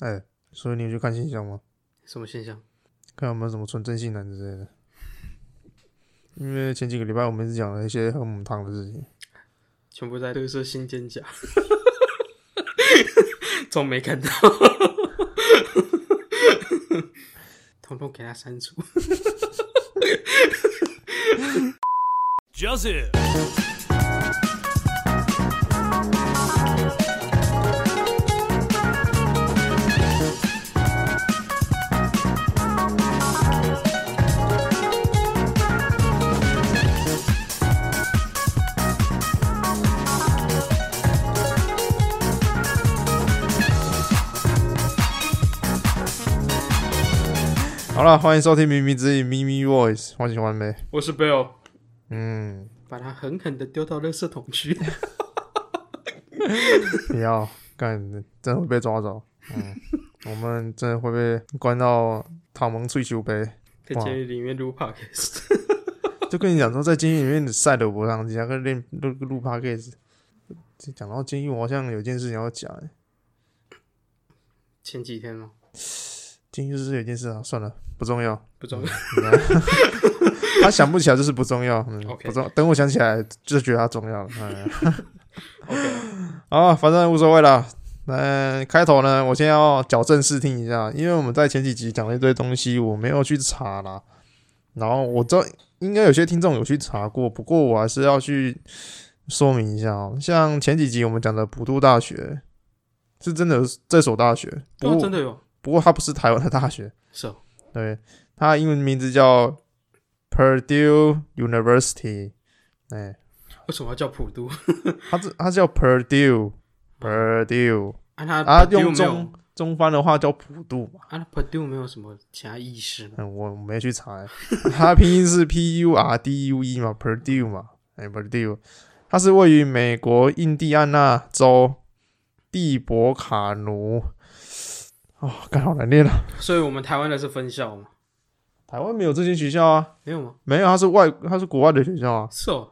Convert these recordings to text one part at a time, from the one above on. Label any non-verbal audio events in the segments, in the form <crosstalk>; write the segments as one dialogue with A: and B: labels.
A: 哎，所以你有去看信箱吗？
B: 什么现象？
A: 看有没有什么纯正性男啊之类的。因为前几个礼拜我们是讲了一些喝母汤的事情，
B: 全部在都是新肩甲，装没看到，统统给他删除。
C: Joseph.
A: 好了，欢迎收听《咪咪之音》咪咪 Voice，欢喜欢没？
B: 我是 Bill，
A: 嗯，
B: 把他狠狠的丢到垃圾桶去。
A: 不要干，真的会被抓走。嗯， <laughs> 我们真的会被关到塔蒙醉酒杯。
B: 在
A: 哇
B: 监狱里面录 podcast， <laughs>
A: 就跟你讲说，在监狱里面晒得不上去，还跟练录录 podcast。这讲到监狱，我好像有件事情要讲、欸。
B: 前几天吗？
A: 监狱是有一件事啊，算了，不重要。
B: 不 <laughs> 重要。
A: <laughs> 他想不起来就是不重要，嗯
B: OK
A: 不重。等我想起来就觉得它重要了。嗯
B: OK，
A: 啊，反正无所谓了。那开头呢，我先要矫正视听一下，因为我们在前几集讲了一堆东西，我没有去查啦。然后我知道应该有些听众有去查过，不过我还是要去说明一下哦。像前几集我们讲的普渡大学，是真的有这所大学，不
B: 哦，
A: 过、
B: 真的有，
A: 不过它不是台湾的大学，
B: 是哦，
A: 对，它英文名字叫 Purdue University。哎，
B: 为什么要叫普渡？
A: 它这它叫 Purdue Purdue
B: 啊，他
A: 啊，
B: Purdue
A: 用
B: 没有
A: 中中翻的话叫普渡嘛。
B: 啊，他 Purdue 没有什么其他意识吗？
A: 嗯，我没去查、欸，它拼音是 P U R D U E 嘛，Purdue 嘛，哎、p u r d u e 它是位于美国印第安纳州蒂伯卡奴。哦，干好难念啊！
B: 所以我们台湾的是分校吗？
A: 台湾没有这些学校啊，
B: 没有吗？
A: 没有，它是外，它是国外的学校啊。
B: 是哦，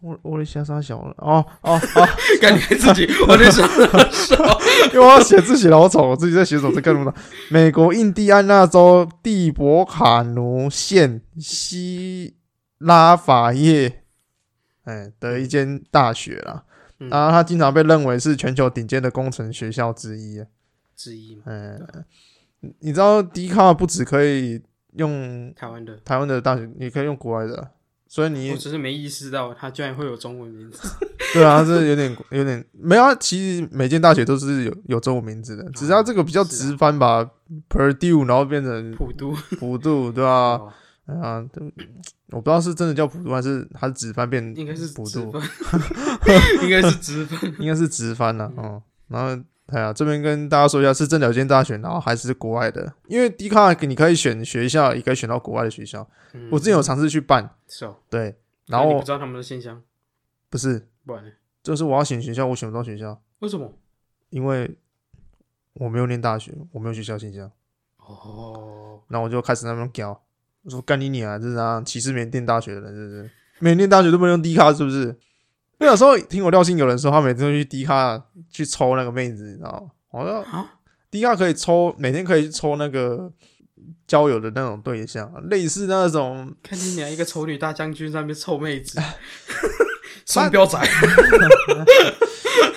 A: 我我的瞎傻小了，哦哦哦，
B: 感觉自己我在想，
A: <laughs> 因为我要写字写得好丑，我自己在写手字看不到。 <laughs> 美国印第安纳州蒂伯卡奴县西拉法叶，哎的一间大学啦。
B: 嗯
A: 然后它经常被认为是全球顶尖的工程学校之一。
B: 之一嘛，
A: 嗯，你知道迪卡不只可以用
B: 台湾的。
A: 台湾的大学，你可以用国外的，所以你
B: 我只是没意识到他居然会有中文名字。
A: <laughs> 对啊，这有点有点没有啊。其实每间大学都是有有中文名字的，只是它这个比较
B: 哦啊
A: 直翻吧、p u r d u e 然后变成
B: 普渡
A: 普渡，对吧、啊？
B: 哦
A: 啊，对我不知道是真的叫普渡还是它是直翻变，
B: <laughs> 应该是
A: 普
B: 直
A: 渡，
B: 分， <laughs> 应该是直分。
A: 应该是直翻了、嗯，然后哎呀，这边跟大家说一下，是真的有间大学，然后还是国外的，因为 D 卡你可以选学校，也可以选到国外的学校。
B: 嗯
A: <laughs> 我之前有尝试去办，
B: 是哦，
A: 对，
B: 那
A: 然
B: 你
A: 后
B: 不知道他们的现象，
A: 不是，
B: 不然呢？
A: 就是我要选学校，我选不到学校，
B: 为什么？
A: 因为我没有念大学，我没有学校信箱。
B: 哦，
A: 然后我就开始在那边屌，我说干你你啊，这是啊歧视没念大学的人，是不是？没念大学都不能用低卡，是不是？我有时候听我廖信有人说，他每天都去低卡去抽那个妹子，你知道吗？我说
B: 啊
A: 低卡可以抽，每天可以去抽那个交友的那种对象，类似那种
B: 看见你啊一个丑女大将军在那边臭
A: <laughs>
B: 妹子，双标仔。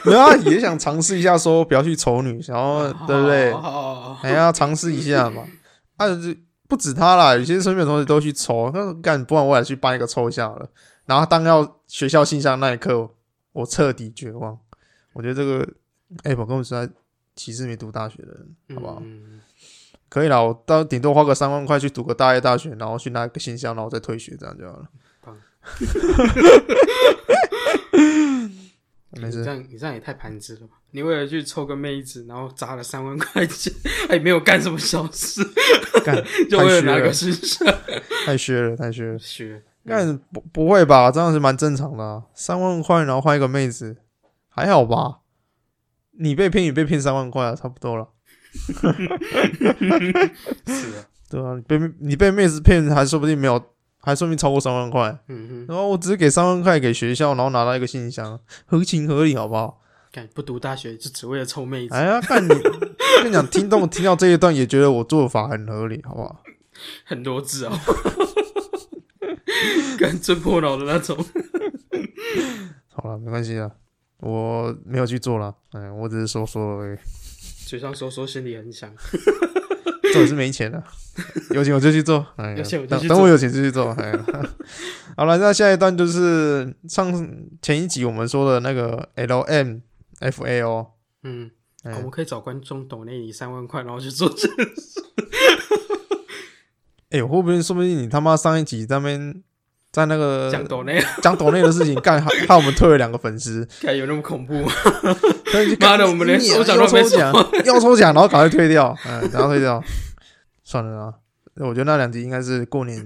A: 没有啊，也想尝试一下，说不要去丑女，想要对不对？
B: <laughs> 哦
A: 哎呀，尝试一下嘛。啊，这不止他啦，有些身边的同学都去抽，他说干，不然我也去办一个抽一下好了。然后当要学校信箱那一刻，我彻底绝望。我觉得这个哎 app 根本是在歧视没读大学的人，好不好？
B: 嗯
A: 可以啦，我到顶多花个三万块去读个大一、大学，然后去拿个信箱，然后再退学，这样就好了。
B: 棒
A: <laughs> 没
B: 你
A: 事
B: 这，样你这样也太盘子了吧？你为了去抽个妹子，然后砸了三万块钱，哎，没有干什么小事，
A: 干
B: <laughs> 就为了拿
A: 太
B: 个
A: 虚
B: 身上
A: <laughs> 太削了，太削了。
B: 学。
A: 那不不会吧？这样是蛮正常的、啊，三万块然后换一个妹子，还好吧？你被骗也被骗三万块啊，差不多了。
B: 是啊，
A: 对啊，你被你被妹子骗，还说不定没有，还说不定超过三万块。
B: 嗯哼。
A: 然后我只是给三万块给学校，然后拿到一个信箱，合情合理，好不好？
B: 干不读大学就只为了臭妹子，
A: 哎呀，看你，跟你讲，听众听到这一段也觉得我做法很合理，好不好？
B: 很弱智哦， <laughs> 干最破脑的那种。
A: 好了，没关系啊，我没有去做了，哎，我只是说说而已，
B: 嘴上说说，心里很想。
A: 这我是没
B: <laughs>
A: 钱啊，有钱我就去做，哎呀，
B: 有钱我就
A: 等
B: 去做
A: 等我有钱就去做，哎呀， <laughs> 好了，那下一段就是上前一集我们说的那个 L M F A O，
B: 嗯，
A: 哎
B: 我们可以找观众抖内你三万块，然后去做这个。
A: 哎、会不会说不定你他妈上一集在那边在那个
B: 讲抖内， <laughs>
A: 讲抖内的事情干，害害我们退了两个粉丝，
B: 看有那么恐怖吗？
A: 所以就
B: 妈的
A: 干
B: 我们连
A: 你
B: 抽奖
A: 要
B: 都没
A: 抽奖，要抽奖，然后赶快退掉，嗯，然后退掉，算了啦。我觉得那两集应该是过年，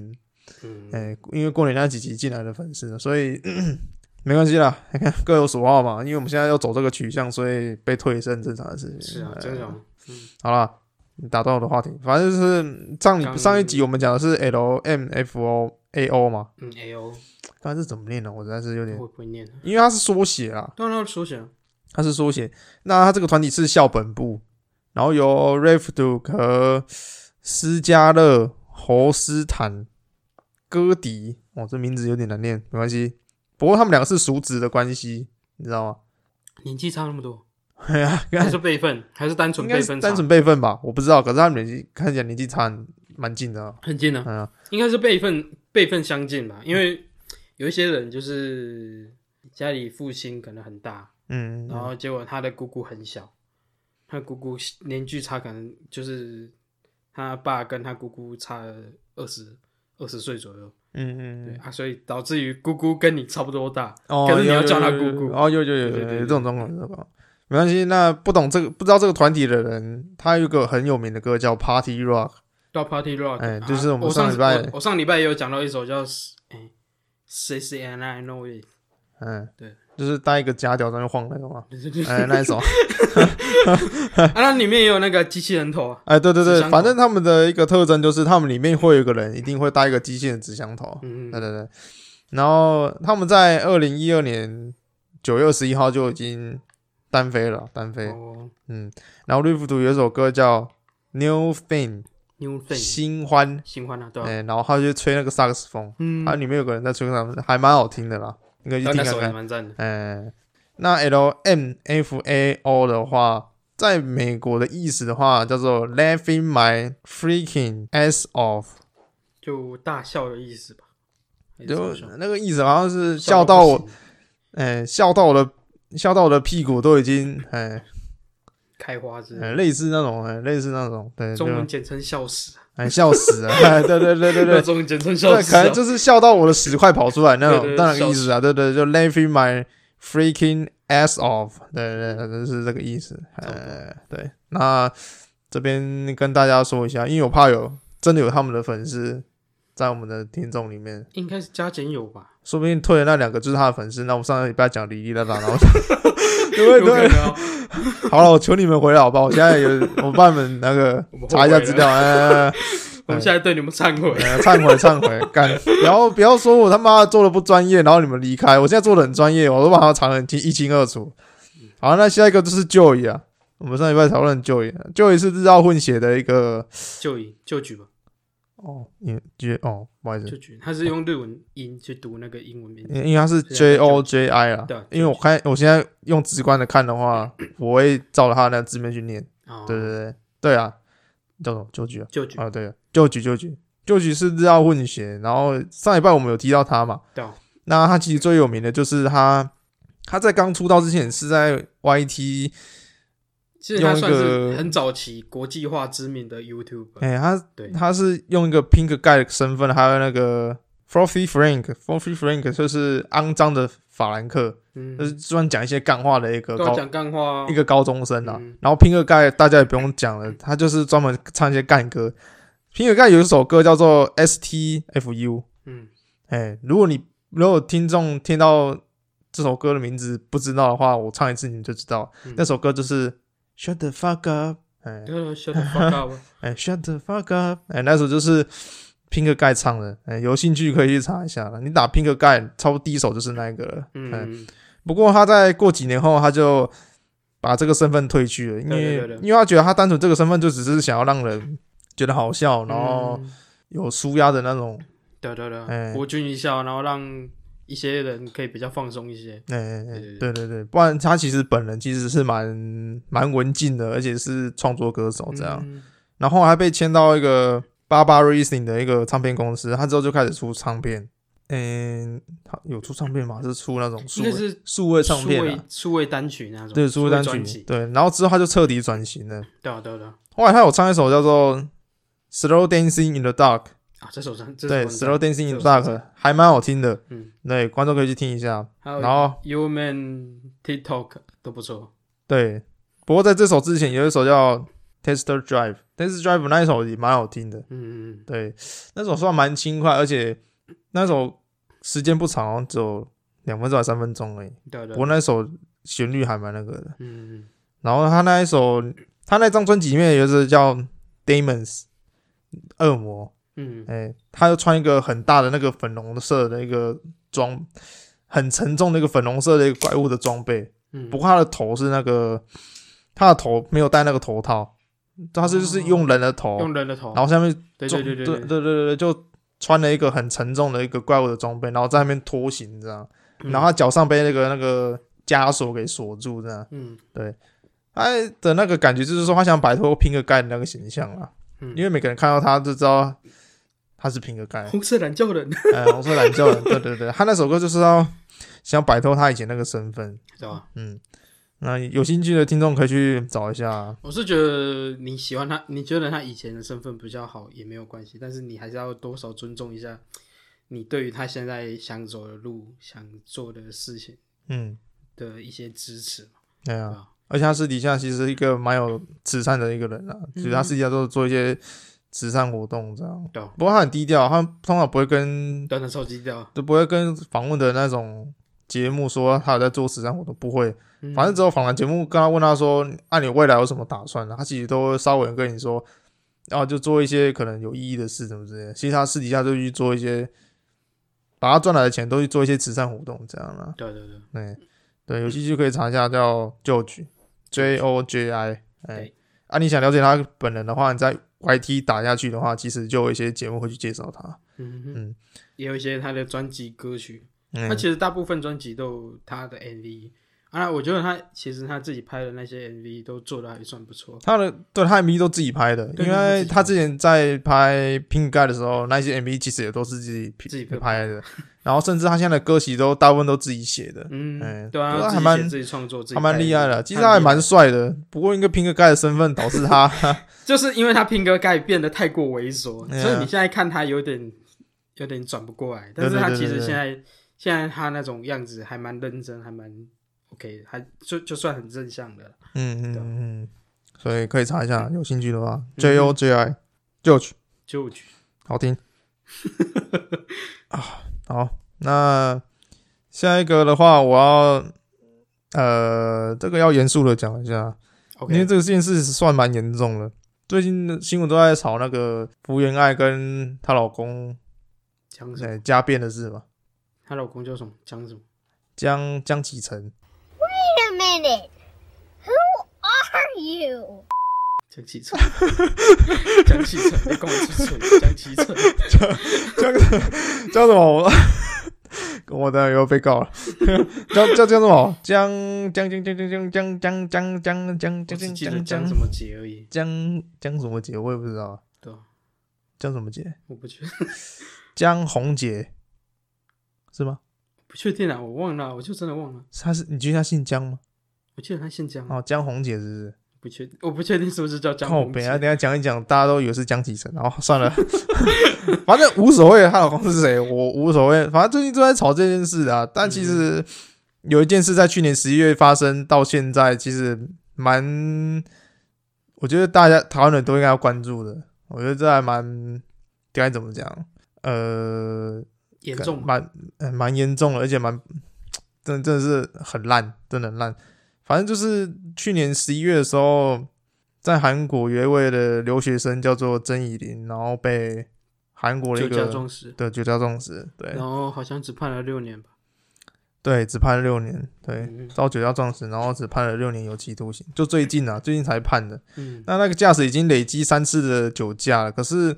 A: 哎、
B: 嗯，
A: 因为过年那几集进来的粉丝，所以 <clears throat> 咳咳没关系啦，各有所好嘛。因为我们现在要走这个取向，所以被退是很正常的事情。
B: 是啊，
A: 哎
B: 这种
A: 好啦，你打断我的话题，反正就是上
B: 刚
A: 一上一集我们讲的是 L M F O A O 嘛，
B: 嗯 A O
A: 刚才是怎么念呢？我实在是有
B: 会
A: 点，
B: 不会念啊？
A: 因为它是缩写啦，
B: 当然要缩写啊，
A: 它是缩写。那它这个团体是校本部，然后由 Ref Duke 和斯加勒、侯斯坦、戈迪，哦，这名字有点难念，没关系。不过他们两个是叔侄的关系，你知道吗？
B: 年纪差那么多，
A: <laughs> 哎呀，
B: 还是辈分，还是单纯
A: 应
B: 辈
A: 该是
B: 分差？
A: 单纯辈分吧，我不知道。可是他们年纪看起来年纪差很蛮近的啊。
B: 很近啊，
A: 哎呀，
B: 应该是辈分辈分相近吧，因为有一些人就是家里父亲可能很大，
A: 嗯，
B: 然后结果他的姑姑很小，他姑姑年距差可能就是他爸跟他姑姑差二十二十岁左右，
A: 嗯
B: 对
A: 嗯，
B: 啊，所以导致于姑姑跟你差不多大，
A: 哦，
B: 可是你
A: 有
B: 要叫
A: 有
B: 他
A: 有
B: 姑
A: 有
B: 姑
A: 哦，有有有有
B: 对对
A: 有
B: 对
A: 这种状况，这种状况没关系。那不懂这个不知道这个团体的人，他有一个很有名的歌叫 Party Rock。
B: 到 Party Rock，
A: 哎
B: 啊
A: 就是我们
B: 我
A: 上
B: 上
A: 礼拜
B: 我我上礼拜也有讲到一首叫哎 C C and I Know It，
A: 嗯，
B: 对，
A: 就是带一个假屌在那晃那个
B: <laughs>
A: 嘛，
B: 啊，
A: 哎，那一首，
B: 那里面也有那个机器人头啊，
A: 哎，对对
B: 纸
A: 对
B: 箱，头
A: 反正他们的一个特征就是他们里面会有一个人一定会带一个机械的纸箱头，
B: 嗯
A: 对，对对，然后他们在二零一二年九月二十一号就已经单飞了，单飞，
B: 哦
A: 嗯，然后绿浮图有一首歌叫 New Thing
B: ，New Thing，
A: 新欢，
B: 新欢啊，对吧？
A: 哎，然后他就吹那个萨克斯风，啊
B: 嗯，
A: 它里面有个人在吹萨克斯风，还蛮好听的啦，你可以去
B: 但
A: 听
B: 那
A: 看
B: 首也
A: 看。
B: 蛮赞的。
A: 嗯，那 L M F A O 的话，在美国的意思的话叫做 Laughing My Freaking Ass Off，
B: 就大笑的意思吧。还是怎
A: 就
B: 么说
A: 那个意思好像是
B: 笑
A: 笑到
B: 不
A: 我，
B: 行
A: 哎、笑到我的，笑到我的屁股都已经，哎、
B: 开花之类的，
A: 哎类似那种，哎、类似那种，对，就
B: 中文简称笑死啊，
A: 哎、笑死了，哎对对对
B: <laughs>
A: 对
B: 对，
A: 对。
B: 中文简称
A: 对
B: 笑，死
A: 可
B: 啊
A: 能。就是笑到我的屎快跑出来那
B: 对
A: 种，
B: 对
A: 那个意
B: 笑
A: 思啊，对对，就 laughing my freaking ass off，对对对，就是这个意思。
B: 差不多
A: 呃，对，那这边跟大家说一下，因为我怕有真的有他们的粉丝在我们的听众里面，
B: 应该是加减有吧？
A: 说不定退的那两个就是他的粉丝。那我们上个礼拜讲李丽的啦，然后 <laughs> 对
B: 有可
A: 对，
B: 能哦
A: 好了，我求你们回来好不好？我现在有，我帮你们那个
B: 我们后
A: 查一下
B: 悔
A: 资
B: 了
A: 料，哎哎。哎
B: 我们现在对你们忏悔。
A: 呃忏悔忏悔， <laughs> 干！不要不要说我他妈做的不专业，然后你们离开。我现在做的很专业，我都把它藏得很清一清二楚。
B: 嗯
A: 好，那下一个就是 Joy 啊，我们上礼拜讨论 Joy，Joy 是日澳混血的一个
B: 就以就举吧，
A: 哦，你觉哦，不好意思
B: 就，举，他是用日文音去读那个英文名字，
A: 因因为它是
B: 是啊
A: J O J I 啦
B: 对啊，
A: 因为我看我现在用直观的看的话，我会照着它的字面去念。
B: 哦
A: 对对对，对啊，叫什么 Joy 啊？
B: 就举，
A: 啊，对，旧局旧局旧局是日澳混血，然后上一拜我们有提到他嘛，
B: 对啊
A: 那他其实最有名的就是他，他在刚出道之前是在 YT，
B: 其实他算
A: 用一
B: 是
A: 个
B: 很早期国际化知名的 YouTube，
A: 哎、他
B: 对
A: 他是用一个 Pink Guy 的身份，还有那个 Frothy Frank，Frothy Frank 就是肮脏的法兰克，
B: 嗯
A: 就，是专门讲一些干话的一个
B: 都要
A: 高
B: 讲干话哦
A: 一，个高中生啊。
B: 嗯
A: 然后 Pink Guy 大家也不用讲了，他就是专门唱一些干歌。Pink Guy 有一首歌叫做 STFU，
B: 嗯，
A: 哎，如果你如果听众听到这首歌的名字不知道的话，我唱一次你们就知道，
B: 嗯
A: 那首歌就是 Shut the fuck up，哎
B: 呃，shut the
A: <laughs>
B: fuck up，
A: 哎，Shut the fuck up，哎，那首就是拼个盖唱的，哎，有兴趣可以去查一下了。你打拼个盖，差不多第一首就是那一个了。哎，
B: 嗯，
A: 不过他在过几年后，他就把这个身份退去了，因为
B: 对对对对
A: 因为他觉得他单纯这个身份就只是想要让人觉得好笑，然后
B: 嗯
A: 有舒压的那种，
B: 对对对，
A: 哎
B: 国君一笑，然后让一些人可以比较放松一些。
A: 哎、哎哎
B: 对
A: 对对对，不然他其实本人其实是蛮蛮文静的，而且是创作歌手哦这样，
B: 嗯
A: 然后还被签到一个 Baba Racing 的一个唱片公司，他之后就开始出唱片。嗯，他有出唱片吗？是出那种数
B: 应该是
A: 位数位唱
B: 数
A: 片、
B: 位
A: 啊，
B: 数位单曲那种，
A: 对，
B: 数
A: 数位单
B: 专
A: 曲，
B: 辑，
A: 对。然后之后他就彻底转型了。
B: 对啊对啊对啊，
A: 后来他有唱一首叫做《Slow Dancing in the Dark》，
B: 啊这首专这
A: 对，《
B: 首专
A: Slow
B: 辑
A: Dancing in
B: 这首
A: the Dark》还蛮好听的，
B: 嗯，
A: 对，观众可以去听一下。
B: 还
A: 然
B: 有
A: 后
B: You Man TikTok 都不错，
A: 对，不过在这首之前有一首叫《Tester Drive》，Tester Drive 那一首也蛮好听的，
B: 嗯嗯
A: 对，那首算蛮轻快，而且那首时间不长，好像只有两分钟还三分钟而已。
B: 嗯，对啊对
A: 不
B: 啊，
A: 过那首旋律还蛮那个的。
B: 嗯嗯
A: 然后他那一首，他那张专辑里面有一首叫《Demons》恶魔，
B: 嗯，
A: 哎、他又穿一个很大的那个粉红色的一个装，很沉重的一个粉红色的一个怪物的装备。
B: 嗯
A: 不过他的头是那个，他的头没有戴那个头套，他是就是用人的头，
B: 哦用人的头，
A: 然后下面
B: 对
A: 装
B: 对对
A: 对
B: 对，
A: 对对对就穿了一个很沉重的一个怪物的装备，然后在那边拖行这样，
B: 嗯
A: 然后他脚上被那个那个枷锁给锁住这样。
B: 嗯
A: 他的那个感觉就是说，他想摆脱拼个盖的那个形象啊，
B: 嗯，
A: 因为每个人看到他就知道他是拼个盖。
B: 红色懒叫人，
A: 哎，红色懒觉人，对对对，他那首歌就是要想摆脱他以前那个身份，
B: <laughs> 对啊吧？
A: 嗯，那有兴趣的听众可以去找一下，啊
B: 我是觉得你喜欢他，你觉得他以前的身份比较好也没有关系，但是你还是要多少尊重一下你对于他现在想走的路、想做的事情
A: 嗯，
B: 的一些支持嘛，
A: 对
B: 对
A: 啊，
B: 吧？
A: 而且他私底下其实是一个蛮有慈善的一个人啊，就是他私底下都做一些慈善活动这样，
B: 嗯对啊
A: 不过他很低调，他通常不会跟
B: 断的超低调，
A: 都不会跟访问的那种节目说他有在做慈善活动，不会，
B: 嗯
A: 反正只有访谈节目跟他问他说，那、你未来有什么打算呢？他其实都会稍微跟你说，然、后就做一些可能有意义的事，什么之类的。其实他私底下就去做一些，把他赚来的钱都去做一些慈善活动，这样啊啦。
B: 对啊对对，
A: 对对，有兴趣可以查一下叫旧局 J O J I。哎
B: 对，
A: 啊，你想了解他本人的话，你在 YT 打下去的话，其实就有一些节目会去介绍他。
B: 嗯哼
A: 嗯
B: 也有一些他的专辑歌曲，
A: 嗯
B: 他，其实大部分专辑都有他的 MV。啊，我觉得他其实他自己拍的那些 MV 都做的还算不错。
A: 他的对他 MV 都自己拍的，
B: 对
A: 因为他之前在拍 Pink Guy 的时候，那些 MV 其实也都是自己
B: 自己
A: 拍的，然后甚至他现在的歌曲都大部分都自己写的，
B: 嗯，
A: 哎
B: 对啊，
A: 不过
B: 自
A: 还
B: 己
A: 蛮
B: 写自己创作，自己
A: 还蛮
B: 拍
A: 厉害的。啊
B: 很
A: 其实他还
B: 厉害
A: 蛮帅的，不过因为 Pink Guy 的身份导致
B: <laughs>
A: 他，
B: 就是因为他拼歌盖变得太过猥琐，
A: Yeah
B: 所以你现在看他有点有点转不过来。但
A: 对
B: 是
A: 对
B: 他
A: 对
B: 其实
A: 对对
B: 现在现在他那种样子还蛮认真，还蛮 OK，的还就就算很正向的。
A: 嗯嗯
B: 对啊
A: 嗯，所以可以查一下，有兴趣的话
B: 嗯
A: ，J O J I Judge
B: 就去
A: 好
B: <laughs>
A: 听啊。好，那下一个的话，我要呃，这个要严肃的讲一下。因为
B: OK，
A: 这个件事算蛮严重的。最近的新闻都在吵那个福原爱跟她老公
B: 嗯讲什么？
A: 呃家变的事嘛，
B: 她老公叫什么？讲什么？
A: 江江启程，
C: Wait a minute. Who are you?
B: 江启程， <laughs> 江启程，你跟我出
A: <laughs>
B: 水，江启程，
A: 叫什么？我我的又被告了，叫叫叫什么？江江江江江江江江江江江江
B: 我只
A: 江
B: 记得
A: 江
B: 江什
A: 江
B: 么杰而已，
A: 江江什么姐？我也不知道啊，
B: 对啊，
A: 江什么姐？
B: 我不确
A: 江红姐是吗？
B: 不确定啊，我忘了，我就真的忘了，
A: 她是你觉得她姓江吗？
B: 我记得他姓江，
A: 哦，江红姐是不是？
B: 不确，我不确定是不是叫江
A: 靠
B: 红
A: 北
B: 姐
A: 啊！等一下讲一讲，大家都以为是江启程，然后算了，反正无所谓她啊老公是谁，我无所谓。反正最近都在吵这件事啊，但其实有一件事在去年十一月发生到现在，其实蛮，我觉得大家台湾人都应该要关注的。我觉得这还蛮该怎么讲，呃，
B: 严重嘛，
A: 蛮呃蛮严重的，而且蛮真真的是很烂，真的很烂。反正就是去年十一月的时候，在韩国有一位的留学生叫做曾以林，然后被韩国的
B: 酒
A: 一
B: 驾
A: 个
B: 撞死，
A: 对酒驾撞死，对
B: 然后好像只判了六年吧。
A: 对，只判了六年，对，
B: 嗯
A: 遭酒驾撞死，然后只判了六年有期徒刑，就最近啊，最近才判的。
B: 嗯，
A: 那那个驾驶已经累积三次的酒驾了，可是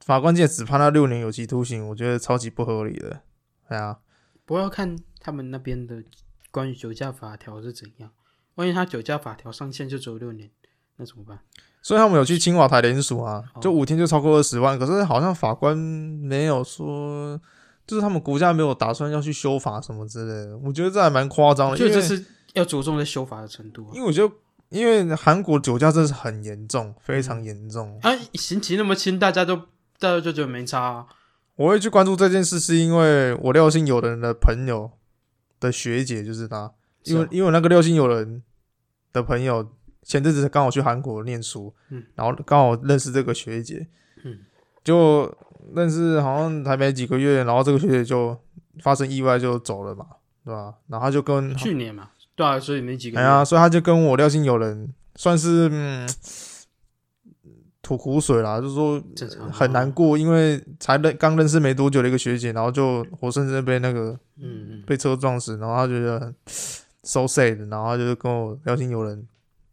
A: 法官竟然只判他六年有期徒刑，我觉得超级不合理的。哎呀、
B: 不过要看他们那边的关于酒驾法条是怎样。万一他酒驾法条上限就只有六年，那怎么办？
A: 所以他们有去青瓦台联署啊，
B: 哦
A: 就五天就超过二十万，可是好像法官没有说，就是他们国家没有打算要去修法什么之类的，我觉得这还蛮夸张
B: 我
A: 的，
B: 觉
A: 哦因
B: 得这
A: 为
B: 是要着重在修法的程度啊。
A: 因为我觉得因为韩国酒驾真的是很严重，非常严重。
B: 啊，刑期那么轻，大家都大家就觉得没差、啊。
A: 我会去关注这件事，是因为我廖姓友人的朋友的学姐就是她，因为、
B: 是哦
A: 因为我那个廖姓友人的朋友前阵子刚好去韩国念书，
B: 嗯
A: 然后刚好认识这个学姐，
B: 嗯，
A: 就认识好像才没几个月，然后这个学姐就发生意外就走了嘛，对吧？然后她就跟
B: 去年嘛，对啊，所以没几个
A: 哎
B: 月。
A: 呀，所以他就跟我廖姓友人算是嗯吐苦水啦，就是说
B: 正常啊
A: 很难过，因为才认刚认识没多久的一个学姐，然后就活生生被那个
B: 嗯，嗯，
A: 被车撞死，然后他觉得很 so sad，然后他就跟我廖姓友人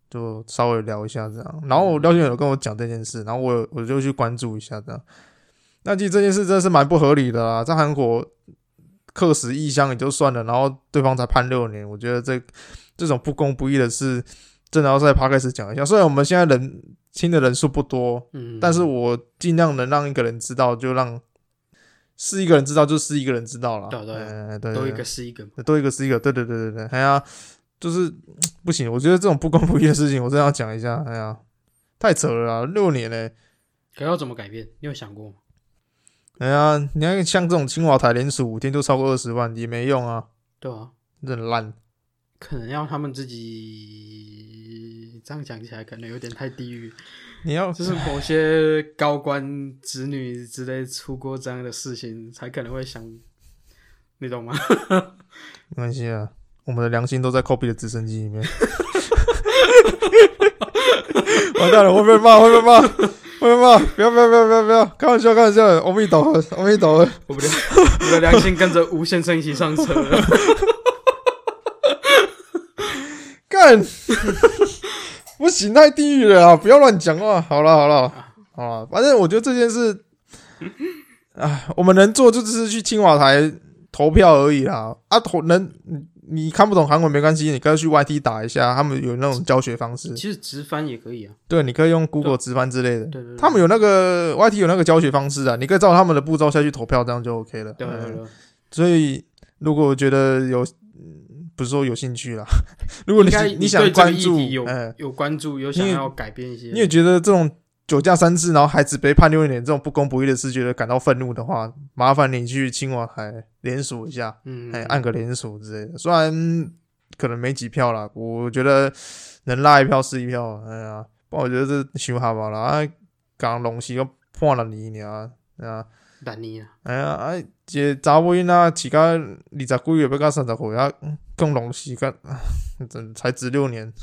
A: 就稍微聊一下这样，然后我廖姓友人跟我讲这件事，然后我有我就去关注一下这样。那其实这件事真的是蛮不合理的啦，在韩国客死异乡也就算了，然后对方才判六年，我觉得这这种不公不义的事，真的要在 p o d c 讲一下。虽然我们现在人听的人数不多，
B: 嗯，
A: 但是我尽量能让一个人知道，就让是一个人知道，就是一个人知道了。
B: 对啊对
A: 呃对，
B: 嗯都一
A: 对
B: 个是一个嘛。
A: 多一个是一个，对对对对对，哎呀，就是嗯不行，我觉得这种不公不义的事情，我真的要讲一下，哎呀，太扯了啦，六年嘞、
B: 可要怎么改变？你有想过吗？
A: 哎呀，你看像这种青瓦台连署五天就超过二十万也没用啊，
B: 对啊，
A: 真的烂。
B: 可能要他们自己这样讲起来，可能有点太
A: <laughs>
B: 地狱。
A: 你要
B: 就是某些高官子女之类出过这样的事情，才可能会想，你懂吗？
A: <laughs> 没关系啊，我们的良心都在 Kobe 的直升机里面。完蛋了，会被骂，会被骂，会被骂！不要不要不要不要不要！开玩笑开玩笑，阿弥陀佛，阿弥陀佛。
B: 我们的我们的良心跟着吴先生一起
A: <laughs>
B: 上车了。
A: 干，不行，太地狱了啊！不要乱讲话。好了，好了，好了，反正我觉得这件事，哎，我们能做就只是去青瓦台投票而已啦。啊，投能你你看不懂韩文没关系，你可以去 YT 打一下，他们有那种教学方式。
B: 其实直翻也可以啊，
A: 对，你可以用 Google 直翻之类的。
B: 对对对，
A: 他们有那个 YT 有那个教学方式啊，你可以照他们的步骤下去投票，这样就 OK 了。
B: 对对
A: 嗯
B: 对对，
A: 所以如果我觉得有，嗯不是说有兴趣啦， <laughs> 如果
B: 应
A: 你
B: 该
A: 你
B: 对
A: 想
B: 这个
A: 关
B: 议
A: 注
B: 题，有
A: 哎，
B: 有关注，有想
A: 你也
B: 要改变一些，
A: 你也觉得这种酒驾三次，然后还只被判六年这种不公不义的事，觉得感到愤怒的话，麻烦你去青瓦台联署一下，
B: 嗯，
A: 哎，按个联署之类的。虽然可能没几票啦，我觉得能拉一票是一票。哎呀，不然我觉得这修好吧啦，啊，港龙西又判了你你啊，哎呀。
B: 丹尼啊，
A: 哎呀，啊，一个查某囡仔饲到二十几岁，要到三十岁啊，共拢时间，啊 <laughs> 真才值六年。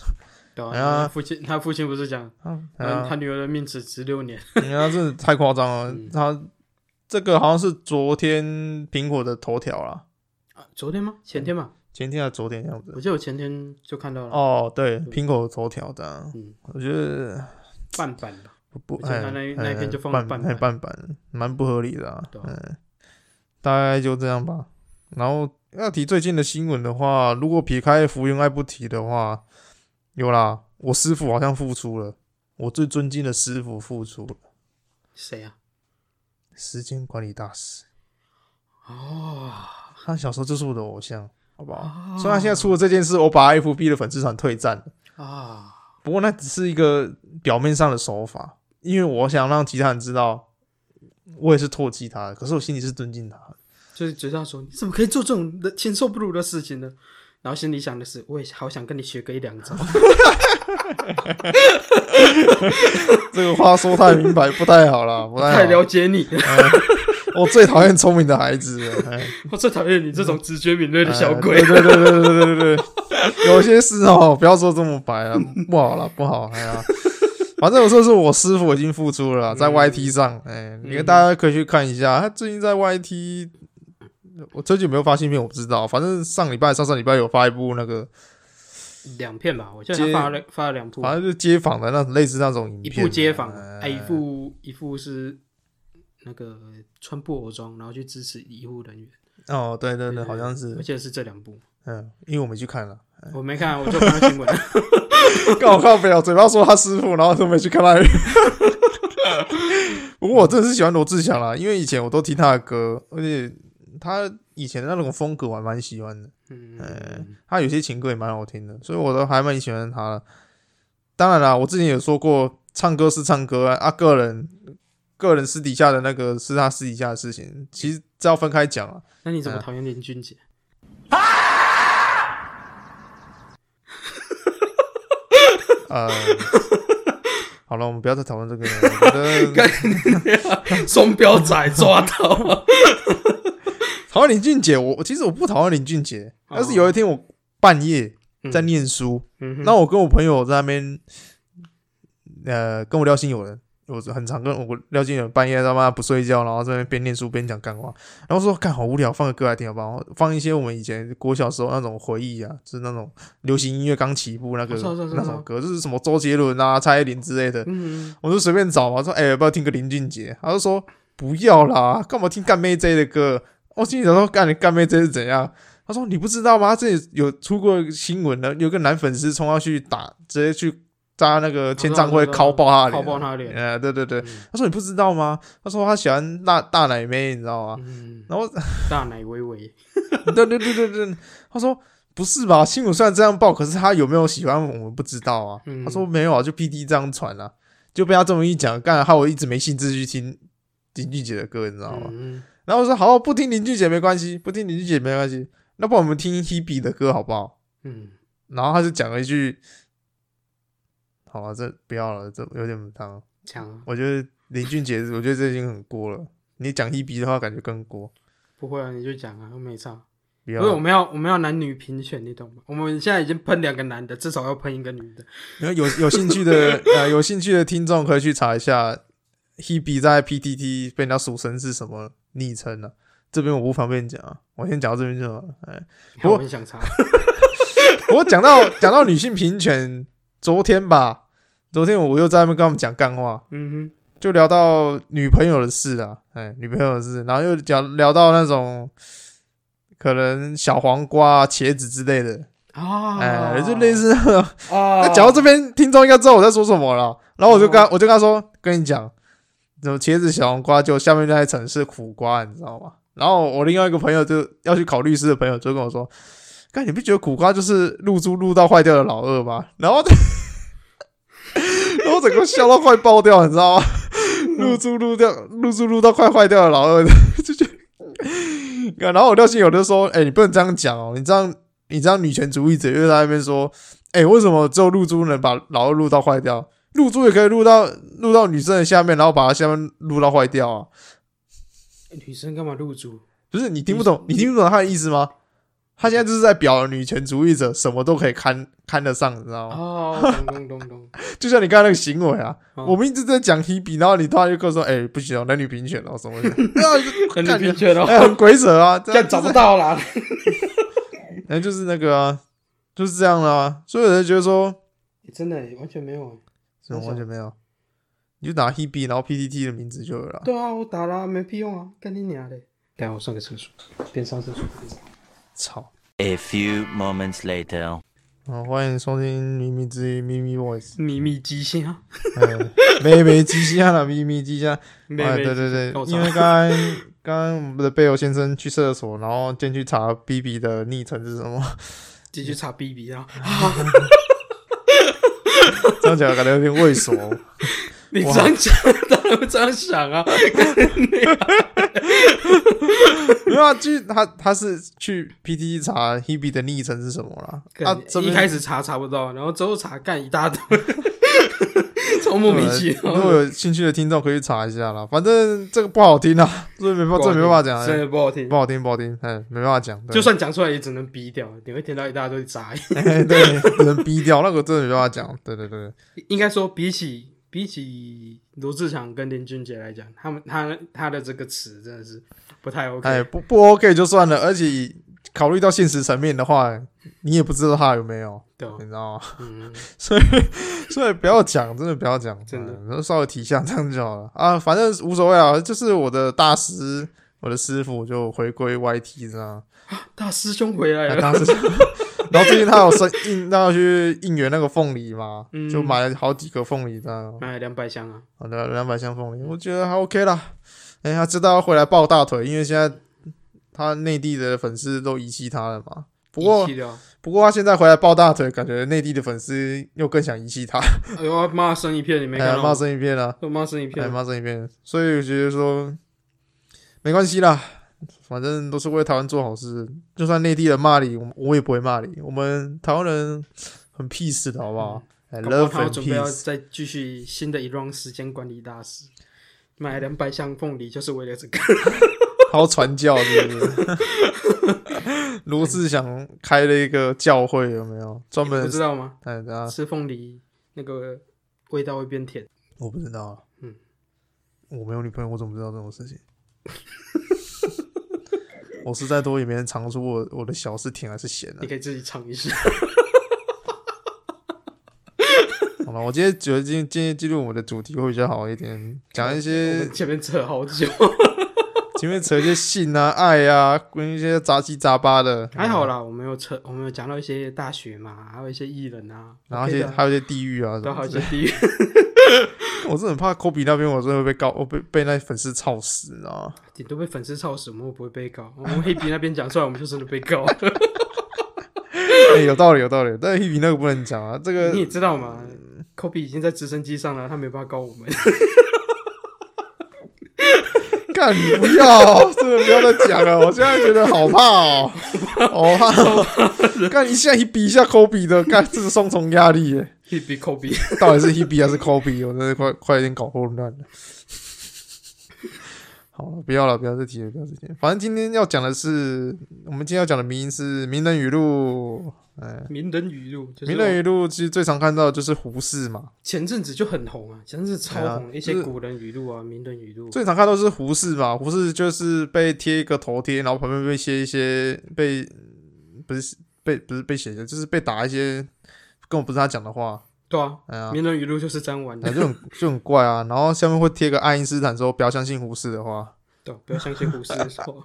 B: 对
A: 哎呀
B: 啊，父亲他父亲不是讲，
A: 啊哎
B: 嗯，他
A: 呀，
B: 女儿的命只值六年，
A: 哎呀，真的太夸张了
B: 嗯。
A: 他这个好像是昨天苹果的头条啦，
B: 啊昨天
A: 嗯
B: 吗？前天吧，
A: 前天还是昨天样
B: 我
A: 子。
B: 记得我前天就看到了，
A: 哦，对，苹果的头条的啊，
B: 嗯，
A: 我觉得
B: 半版吧，
A: 不，
B: 而且
A: 哎，
B: 他那那
A: 哎
B: 一篇就放了
A: 半
B: 半
A: 哎
B: 版
A: 半版，蛮不合理的啊。
B: 对啊
A: 嗯，大概就这样吧。然后要提最近的新闻的话，如果撇开福原爱不提的话，有啦，我师傅好像复出了，我最尊敬的师傅复出了，
B: 谁啊？
A: 时间管理大师，
B: 哦，
A: 他小时候就是我的偶像，好不好？
B: 啊
A: 虽然现在出了这件事，我把 FB 的粉丝团退战了，
B: 啊，
A: 不过那只是一个表面上的手法，因为我想让其他人知道。我也是唾弃他的，可是我心里是尊敬他的。
B: 就是嘴上说你怎么可以做这种人禽兽不如的事情呢？然后心里想的是，我也好想跟你学个一两
A: 哦
B: <laughs> 招，
A: 这个话说太明白不太好啦，不太
B: 太
A: 好。嗯
B: 了解你 <laughs> 了，
A: 我最讨厌聪明的孩子了，哎
B: 我最讨厌你这种直觉敏锐的小鬼
A: 哎。对对对对对对对对，
B: <laughs>
A: 有些事哦，不要说这么白了，不好了，不好。哎呀，反正我说是我师傅已经付出了啦，在
B: 嗯
A: YT 上，哎，你
B: 嗯
A: 大家可以去看一下，他最近在 YT 我最近有没有发新片我不知道，反正上礼拜、上上礼拜有发一部那个，嗯
B: 两片吧，我记得他发了发了两部，
A: 反正就是街访的那类似那种影
B: 一
A: 片，
B: 部街访，哎，一
A: 哎
B: 副一副是那个穿布偶装，然后去支持医护人员，
A: 哦，对对对，好像是哎
B: 我，记得是这两部，
A: 嗯，因为我没去看了。
B: 我没看，我就看到新闻了。
A: 靠靠北哦，嘴巴说他师傅，然后都没去看他 <laughs> 的。不过我真的是喜欢罗志祥啦，因为以前我都听他的歌，而且他以前的那种风格我还蛮喜欢的。哎
B: 嗯，
A: 他有些情歌也蛮好听的，所以我都还蛮喜欢他的。当然啦，我之前有说过，唱歌是唱歌啊，啊个人个人私底下的那个是他私底下的事
B: 嗯
A: 情，其实这要分开讲啊。
B: 那你怎么讨厌林
A: <laughs>
B: 俊杰？
A: 呃， <laughs> 好了，我们不要再讨论这个了。我觉得
B: 双标仔抓到，
A: 讨厌林俊杰，我我其实我不讨厌林俊杰，
B: 哦
A: 但是有一天我半夜在念书，
B: <laughs> 嗯
A: 那、我跟我朋友在那边，呃，跟我聊心友人，我很常跟我聊心友人半夜他妈不睡觉，然后这边边念书边讲干话，然后说干好无聊，放个歌来听好不好？放一些我们以前国小时候那种回忆啊，就是那种流行音乐刚起步那个
B: 我知道我知道
A: 那
B: 我知道
A: 首歌，哦就是什么周杰伦啊、蔡依林之类的，
B: 嗯，
A: 我就随便找嘛，说哎、要不要听个林俊杰？他就说不要啦，干嘛听干妹 J 的歌？我心里想说干你干妹 J 是怎样？他说你不知道吗？这里有出过新闻的，有个男粉丝冲上去打，直接去扎那个签唱会，
B: 我知道
A: 敲
B: 我知道
A: 爆他的
B: 靠
A: 脸。
B: 爆他脸，
A: 呃，对对对，
B: 嗯
A: 他说你不知道吗？他说他喜欢大大奶妹，你知道吗？
B: 嗯，
A: 然后
B: 大奶微微，
A: <laughs> 对对对对对，他说不是吧？新闻虽然这样报，可是他有没有喜欢我们不知道啊。
B: 嗯
A: 他说没有啊，就 P D 这样传啊，就被他这么一讲，干害我一直没兴致去听林俊杰的歌，你知道吗？
B: 嗯，
A: 然后我说好，不听林俊杰没关系，不听林俊杰没关系，那不然我们听 Hebe 的歌好不好？
B: 嗯，
A: 然后他就讲了一句，好了、这不要了，这有点不当。
B: 讲啊，
A: 我觉得林俊杰，我觉得这已经很过了。你讲 Hebe 的话，感觉更过。
B: 不会啊，你就讲啊，又没差。
A: 不
B: 因
A: 要
B: 为
A: 了
B: 我，们要我们要男女平权，你懂吗？我们现在已经喷两个男的，至少要喷一个女的。
A: 然后有有兴趣的呃有兴趣的听众可以去查一下 Hebe 在 PTT 被人家俗称是什么昵称呢？这边我不方便讲啊，我先讲到这边就好了。哎，不过
B: 我很想
A: <laughs>
B: 查，
A: 我讲到 <laughs> 讲到女性平权，昨天吧，昨天我又在那边跟他们讲干话，
B: 嗯
A: 就聊到女朋友的事啊，哎，女朋友的事，然后又讲聊到那种可能小黄瓜啊、茄子之类的，
B: 哼，啊，
A: 哎，就类似那种
B: 啊，
A: 那讲到这边，听众应该知道我在说什么了。然后我就跟他我就跟他说，跟你讲，怎么茄子、小黄瓜，就下面那些城市苦瓜，你知道吗？然后我另外一个朋友就要去考律师的朋友就跟我说，看你不觉得苦瓜就是露珠露到坏掉的老二吗？然后， <laughs> 然后我整个笑到快爆掉，你知道吗？露珠露掉，露珠露到快坏掉的老二， <laughs> 就觉得。然后我廖信友就说：“哎、你不能这样讲哦，你这样你这样女权主义者又在那边说，哎、为什么只有露珠能把老二露到坏掉？露珠也可以露到露到女生的下面，然后把她下面露到坏掉啊？
B: 女生干嘛入住？
A: 不是你听不
B: 嗯
A: 懂，你听不懂他的意思吗？他现在就是在表女权主义者，什么都可以看看得上，你知道吗？
B: 哦，咚咚咚咚，
A: 就像你刚才那个行为啊，
B: 嗯
A: 我们一直在讲 Hebe，然后你突然就跟我说，哎、不行哦，男女平权哦，什么的， <laughs> 啊
B: 很
A: 感觉
B: 平权
A: 哎、
B: 哦，
A: 很鬼扯啊，这
B: 这样找不到啦。 <laughs>
A: 然后就是那个啊，就是这样啦、所以我就觉得说，
B: 真的完全没有。
A: 什么
B: 那
A: 完
B: 种
A: 全没有，你就打 Hebe，然后 PTT 的名字就有了啊。
B: 对啊，我打了没屁用啊，干你娘嘞！等下我上个厕所，边上厕所边上。
A: 操！
D: A few moments later.
A: 嗯，欢迎收听《秘密之音》秘密 voice，
B: 秘密机芯啊，
A: 哎，妹妹机箱了，秘密机箱。
B: 妹
A: 哎，
B: 妹
A: 对对对
B: 跟我，
A: 因为
B: 查
A: 刚刚刚刚我们的贝尔先生去厕所，然后进去查 B B 的昵称是什么， <laughs>
B: 继续查 B B 啊，
A: 这样讲感觉有点畏缩。
B: 你这样讲当然会这样想啊，
A: 没有啊，就是他他是去 P T 查 Hebe 的昵称是什么啦？啊，这
B: 一
A: 边
B: 开始查查不到，然后之后查干一大堆， <laughs> 超莫名其
A: 呃如果
B: 妙。
A: 有兴趣的听众可以去查一下啦，反正这个不好听啊，所以没办法，这没办法讲啊，
B: 真的不好听
A: 不。好听，不好听，哎，没办法讲。对 <laughs>
B: 就算讲出来也只能逼掉，你会听到一大堆杂音。 <laughs>
A: 哎对，只能逼掉那个，真的没办法讲。对对对，
B: 应该说，比起比起罗志祥跟林俊杰来讲，他们他他的这个词真的是不太 OK。
A: 哎，不不 OK 就算了，而且考虑到现实层面的话，你也不知道他有没有，
B: 对哦
A: 你，知道吗？
B: 嗯，
A: 所以所以不要讲，真的不要讲，
B: 真的
A: 嗯，就稍微提一下这样就好了啊，反正无所谓啊，就是我的大师，我的师傅就回归 YT 这样，
B: 大师兄回来 <laughs>
A: 哎、
B: 了，
A: 当时。然后最近他有生应，他要去应援那个凤梨嘛，
B: 嗯
A: 就买了好几个凤梨这样，
B: 买了两百箱啊，
A: 好的，两百箱凤梨，我觉得还 OK 啦。哎、他知道要回来抱大腿，因为现在他内地的粉丝都遗弃他了嘛。不过
B: 遗弃，掉，
A: 不过他现在回来抱大腿，感觉内地的粉丝又更想遗弃他，
B: 哎呦骂声一片，你
A: 哎
B: 没看
A: 呀，
B: 到
A: 骂
B: 吗？
A: 声一片啊，
B: 都骂声一
A: 哎，
B: 片，
A: 骂声一片。所以我觉得说，没关系啦，反正都是为台湾做好事。就算内地人骂你，我们我也不会骂你。我们台湾人很 peace 的好不
B: 嗯
A: 好？哎
B: 搞不好
A: ，love
B: 他
A: and
B: 准备要
A: peace。
B: 再继续新的一 round 时间管理大师，买两百箱凤梨就是为了这个。
A: 好传教是不是？ <laughs> 卢志祥开了一个教会，有没有专
B: 你不
A: 门？
B: 知道吗？
A: 哎，等下
B: 吃凤梨那个味道会变甜。
A: 我不知道啊。
B: 嗯，
A: 我没有女朋友，我怎么知道这种事情？ <laughs> 我吃再多也没人尝出我我的小是甜还是咸的、
B: 你可以自己尝一下。
A: 呃好了，我今天觉得今天今天进入我们的主题会比较好一点，讲一
B: 我
A: 些
B: 们前面扯
A: <laughs>
B: 好久，
A: 前面扯一些性啊、爱啊，跟一些杂七杂八的，
B: 还好啦，我们有扯，我们有讲到一些大学嘛，还有一些艺人啊，
A: 然后一
B: OK
A: 些
B: 的啊
A: 还有一些地域啊什
B: 都好
A: 么
B: 一
A: 之
B: 些
A: 类的。
B: 地狱，
A: 我是很怕科比那边，我真的会被告，我被被那粉丝操死，你知道吗？
B: <laughs> 顶多被粉丝操死，我们又不会被告。我们黑皮那边讲出来，我们就真的被
A: <laughs>
B: 告。
A: 哎、有道理，有道理。但是 h 那个不能讲啊，这个
B: 你也知道嘛
A: 嗯
B: 科比已经在直升机上了，他没办法告我们。
A: <laughs> 干你不要，真的不要再讲了。我现在觉得好怕哦，好怕
B: <laughs>
A: 哦。干一下一比一下科比的，干这是双重压力耶。
B: 黑皮科比，
A: 到底是 h 比还是科比？我真的快快有点搞混乱了。好了，不要了，不要再提了，不要再提了。反正今天要讲的是，我们今天要讲的名是《名人语录》。哎，
B: 名人语录，
A: 《
B: 就是
A: 名人
B: 我
A: 语录》其实最常看到的就是胡适嘛，
B: 前阵子就很红啊，前阵子超
A: 对
B: 红，
A: 啊就
B: 一些
A: 是
B: 古人语录啊，名人语录，
A: 最常看到是胡适嘛，胡适就是被贴一个头贴，然后旁边被写一些被不是被不是被写的，就是被打一些根本不是他讲的话，
B: 对啊，
A: 哎呀，
B: 名人语录就是这样玩的
A: 哎。就很就很怪啊。然后下面会贴个爱因斯坦说不要相信胡适的话，
B: 对，啊不要相信胡适的说。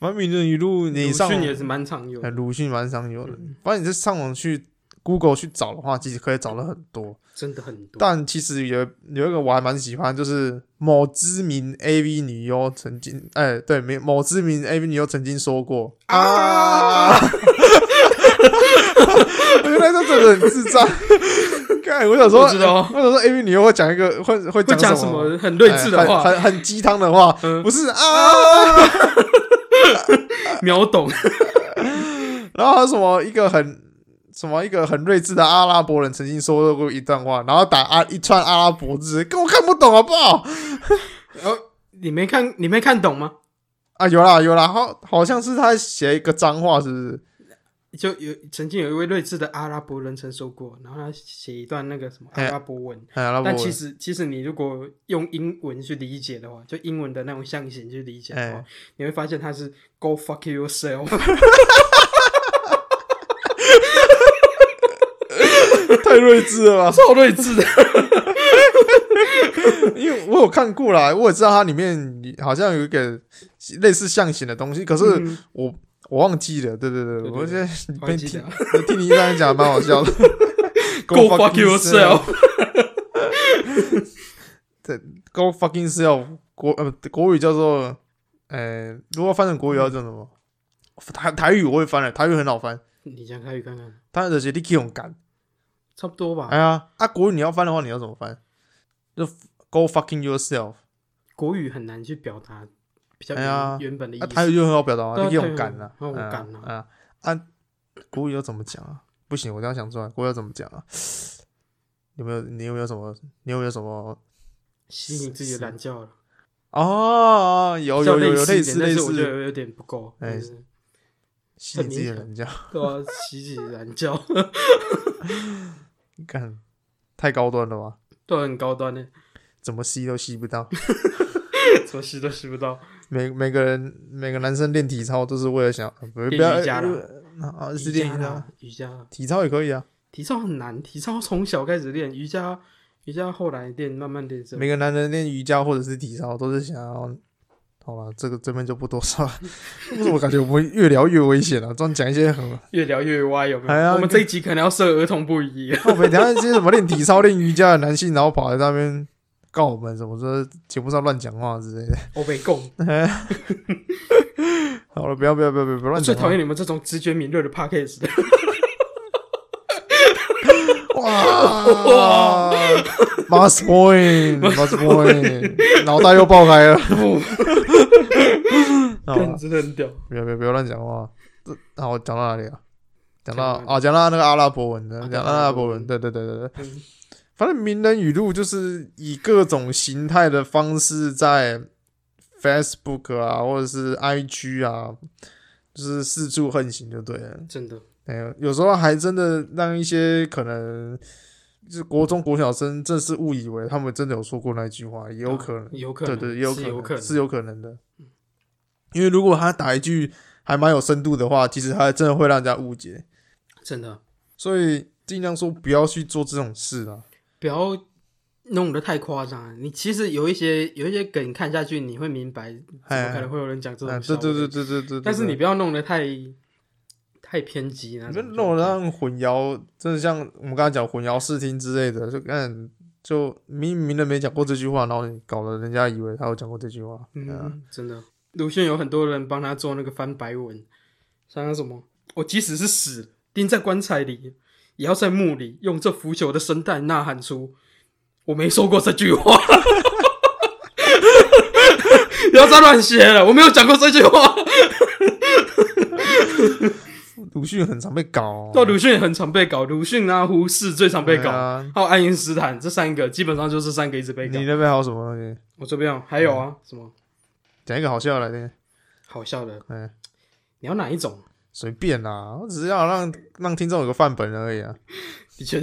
A: 完名人语录 <laughs> 你
B: 鲁
A: 上
B: 迅也是蛮常有的嗯
A: 哎，鲁迅蛮常有的，反正你在上网去 Google 去找的话，其实可以找到很多。
B: 真的很多。
A: 但其实有有一个我还蛮喜欢，就是某知名 AV 女优曾经，哎、对，没某知名 AV 女优曾经说过啊，原来这真的很智障。看，我想说，
B: 我知道
A: 我想说 AV 女优会讲一个会会
B: 会讲
A: 讲
B: 什
A: 么
B: 么很睿智的
A: 哎
B: 话，
A: 很很很鸡汤的话，
B: 嗯
A: 不是啊。
B: 秒懂。 <laughs>
A: 然后还有什么一个很什么一个很睿智的阿拉伯人曾经说过一段话，然后打阿一串阿拉伯字，跟我看不懂好不好？
B: 哦，你没看，你没看懂吗？
A: 啊，有啦有啦，好好像是他写一个脏话，是不是？
B: 就有曾经有一位睿智的阿拉伯人曾说过，然后他写一段那个什么阿
A: 哎
B: 拉伯文，
A: 哎呀，那
B: 但
A: 我
B: 其实其实你如果用英文去理解的话，就英文的那种象形去理解的话
A: 哎，
B: 你会发现它是 “go fuck
A: <laughs>
B: yourself”，
A: <laughs> 太睿智了吧？ <laughs>
B: 超睿智的。
A: 因为我有看过啦，我也知道它里面好像有一个类似象形的东西，可是
B: <laughs> 嗯
A: 我、我忘记了。对对对，
B: 对对
A: 我现在
B: 我还
A: 被
B: 记
A: 听
B: 得啊
A: 听你这样讲，蛮好笑的。
B: <laughs> “go fuck yourself”，
A: go fucking self，国呃国语叫做呃，如果翻成国语要叫什么？台台语我会翻了，台语很好翻，
B: 你讲开语看看，
A: 它就是你勇敢。
B: 差不多
A: 哎
B: 吧。
A: 呀，啊，国语你要翻的话，你要怎么翻？就 go fucking yourself。
B: 国语很难去表达比较
A: 哎呀
B: 原原本的意
A: 啊，
B: 思。
A: 台语就很好表达
B: 对
A: 啊，
B: 啊
A: 你勇敢啊，
B: 台语很
A: 嗯
B: 哦勇敢
A: 啊啊！国语要怎么讲啊？不行，我这样想出来，国语要怎么讲啊？ <sniffs> 有没有？你有没有什么？你有没有什么？
B: 吸引自己的懒觉了。
A: 哦，有有有有类
B: 类
A: 似
B: 但
A: 类
B: 是我觉得
A: 似，
B: 有有点不够，
A: 哎
B: 就是
A: 吸引自己的人家， <laughs>
B: 都要洗洗懒觉。
A: 干太高端了吧？
B: <laughs> 都很高端的，
A: 怎么吸都吸不到。 <laughs>
B: 怎么吸都吸不到。
A: 每每个人每个男生练体操都是为了想，呃不是不
B: 练
A: 要
B: 瑜伽啦
A: 呃啊，是
B: 瑜
A: 练瑜
B: 伽
A: 伽
B: 啦，，瑜伽啦，
A: 体操也可以啊。
B: 体操很难，体操从小开始练，瑜伽瑜伽后来练，慢慢练这
A: 每个男人练瑜伽或者是体操都是想要。好了，这个这边就不多说了。 <laughs> 为什么感觉我们越聊越危险了、啊这样讲一些很……
B: 越聊越歪，有没
A: 哎
B: 有？
A: 呀
B: 我们这一集可能要设儿童不宜。
A: 我们聊一些什么练体操、练瑜伽的男性，然后跑来那边告我们什么说节目上乱讲话之类的。
B: 我被供，
A: 好了，不要不要不要不要不要乱
B: 最
A: 讲
B: 讨
A: 话！
B: 厌你们这种直觉敏锐的 podcast 的。
A: <laughs> <laughs> 哇，Must point，Must point，脑袋又爆开了。 <laughs> 好
B: 干
A: 了，
B: 真的很屌。
A: 不要不要不要乱讲话。这好，讲到哪里了？讲到
B: 讲到
A: 啊，讲到那个阿拉伯文的，
B: 啊
A: 讲
B: 讲
A: 到
B: 到
A: 阿
B: 阿拉
A: 拉
B: 伯
A: 伯
B: 文
A: 文，对对对对对。
B: 嗯
A: 反正名人语录就是以各种形态的方式在 Facebook 啊，或者是 IG 啊，就是四处横行就对了。
B: 真的，
A: 哎呦，有时候还真的让一些可能就是国中国小生正是误以为他们真的有说过那句话，
B: 啊
A: 也有可能，
B: 有可能，
A: 对对，也
B: 是
A: 可
B: 有可能，嗯
A: 是有可能的。因为如果他打一句还蛮有深度的话，其实他真的会让人家误解，
B: 真的，
A: 所以尽量说不要去做这种事啊。
B: 不要弄得太夸张啊。你其实有一些有一些梗看下去，你会明白怎么
A: 哎
B: 可能会有人讲这
A: 啊对
B: 种笑话。
A: 对对对对对对。
B: 但是
A: 对
B: 你不要弄得太太偏激那
A: 你就
B: 种，
A: 弄得让混淆，真的像我们刚才讲混淆视听之类的，就看就明明的没讲过这句话，然后你搞得人家以为他有讲过这句话。对啊，
B: 嗯，真的，鲁迅有很多人帮他做那个翻白文，像那什么，我即使是死了，钉在棺材里，也要在墓里用这腐朽的声带呐喊出，我没说过这句话。 <laughs> 不要再乱写了，我没有讲过这句
A: <laughs>
B: 话。
A: 鲁迅很常被搞、哦，
B: 到鲁迅也很常被搞，鲁迅啊、胡适最常被搞，
A: 对啊
B: 还有爱因斯坦这三个，基本上就这三个一直被
A: 你。
B: 搞
A: 嗯那边还有什么东西？
B: 我这边哦还有啊，什么
A: 讲一个好笑的来哎听，
B: 好笑的？
A: 嗯，
B: 你要哪一种？
A: 随便啦，我只是要让让听众有个范本而已啊。
B: 的确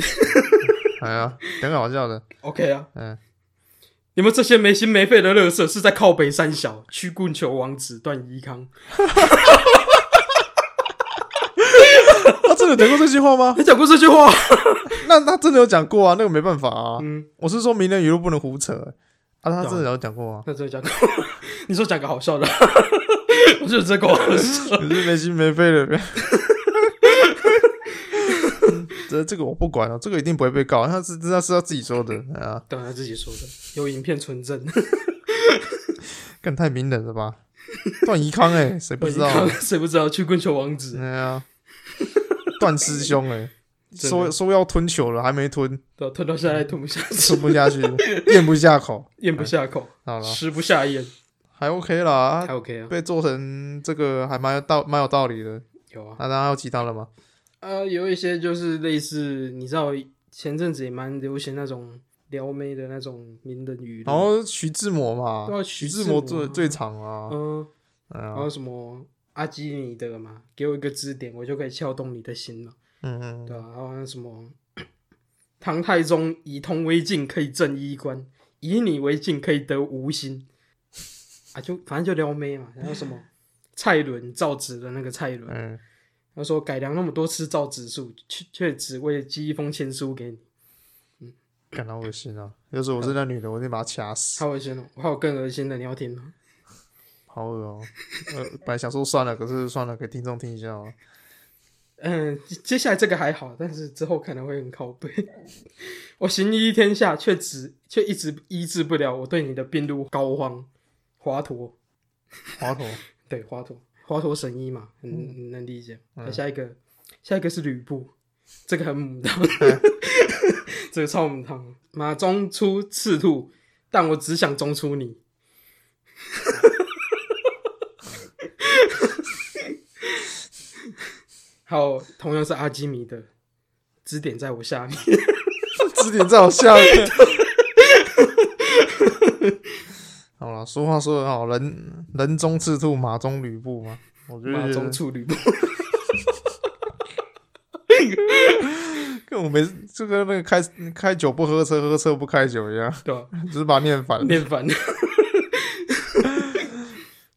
A: 哎呀，讲个好笑 <laughs> 的，
B: ，OK 啊，
A: 嗯，
B: 你们这些没心没肺的乐色是在靠北三小、曲棍球王子、段宜康，
A: 他啊真的讲过这句话吗？
B: 你讲过这句话？
A: <laughs> 那他真的有讲过啊，那个没办法啊。
B: 嗯，
A: 我是说名人语录不能胡扯、啊，他真的有讲过啊。
B: 那真的讲过。 <laughs> 你说讲个好笑的， <laughs> 我觉得这个好笑。
A: <laughs> 你是没心没肺的。 <laughs> 这这个我不管了，啊这个一定不会被告，他是那是他自己说的啊，
B: 当然他自己说的，有影片存证。
A: 更太名人了吧？段宜康 <laughs> 哎、谁不
B: 段宜
A: 知道啊？
B: 康谁不知道曲棍球王子？
A: 对啊，段师兄 <laughs> 哎、
B: 真的
A: 说说要吞球了，还没吞，
B: 对，吞到现在吞
A: <laughs>
B: 不下
A: 吞
B: 去，
A: 不下去，咽不下口。
B: 咽不下口，
A: 好了，
B: 食不下咽，
A: 还 OK 啦
B: 还，OK 啊？
A: 被做成这个还蛮有道蛮有道理的。
B: 有啊，
A: 那、当然还有其他的吗？
B: 呃，有一些就是类似，你知道前阵子也蛮流行那种撩妹的那种名人语录，
A: 然后徐志摩嘛，
B: 对啊徐
A: 徐
B: 志
A: 志摩
B: 摩啊
A: 最最长啊，
B: 嗯。
A: 哎
B: 然
A: 呀
B: 后什么阿基米德嘛，给我一个支点，我就可以撬动你的心了，
A: 嗯嗯，
B: 对吧、然后那什么唐太宗以铜为镜，可以正衣冠；以你为镜，可以得无心。啊，就反正就撩妹嘛。然后什么蔡伦造纸的那个蔡伦，
A: 嗯，
B: 他说改良那么多次造纸术，却却只为寄一封情书给你，
A: 感到恶心啊！要是我是那女的，我一定把她掐死，
B: 好恶心哦！我还有更恶心的，你要听吗？
A: 好恶哦、呃，本来想说算了，可是算了，给听众听一下哦、
B: 嗯，接接下来这个还好，但是之后可能会很靠背。我行医天下，却只却一直医治不了我对你的病入膏肓。华佗，
A: 滑头，
B: 对华佗，华佗神医嘛，很、很能理解。那、下一个，下一个是吕布，这个很母汤，这个超母汤。马中出赤兔，但我只想中出你。还有同样是阿基米德，支点在我下面。
A: 指点在我下面。好了，俗话说得好，人人中赤兔，马中吕布嘛。我觉
B: 马中
A: 得
B: 处吕布，
A: 跟我每次就跟那个开开酒不喝车，喝车不开酒一样，
B: 对吧？ <laughs>
A: 只是把它念反了。
B: 念反，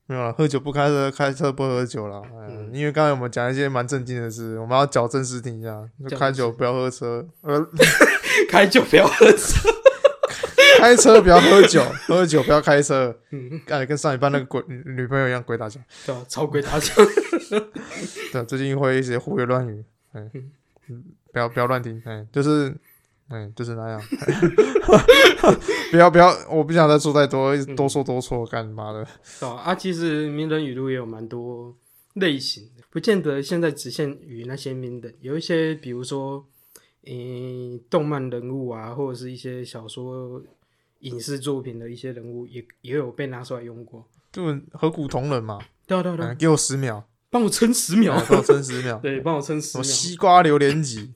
A: 没有了，啊喝酒不开车，开车不喝酒了。嗯，因为刚才我们讲一些蛮正经的事，我们要矫正视听一下，就
B: 正
A: 开酒不要喝车，呃，
B: 开酒不要喝车。
A: 开车不要喝酒，喝酒不要开车。
B: 嗯，
A: 哎，跟上一班那个鬼女女朋友一样，鬼打墙。
B: 对吧？超鬼打墙。
A: 对，啊最近会一些胡言乱语，哎、嗯，不要不要乱听，哎、就是，哎、就是那样， <laughs> 不要不要，我不想再说太多，
B: 嗯
A: 一直多说多错，干妈的，
B: 对啊，啊其实名人语录也有蛮多类型的，不见得现在只限于那些名人，有一些比如说，嗯、动漫人物啊，或者是一些小说、影视作品的一些人物也，也有被拿出来用过。
A: 就何苦同人嘛，
B: 对啊，对啊，对
A: 哎
B: 啊，
A: 给我十秒，
B: 帮我撑十秒，
A: 哎，给我撑十秒
B: 对，帮我撑十
A: 什么
B: 秒，
A: 西瓜榴莲集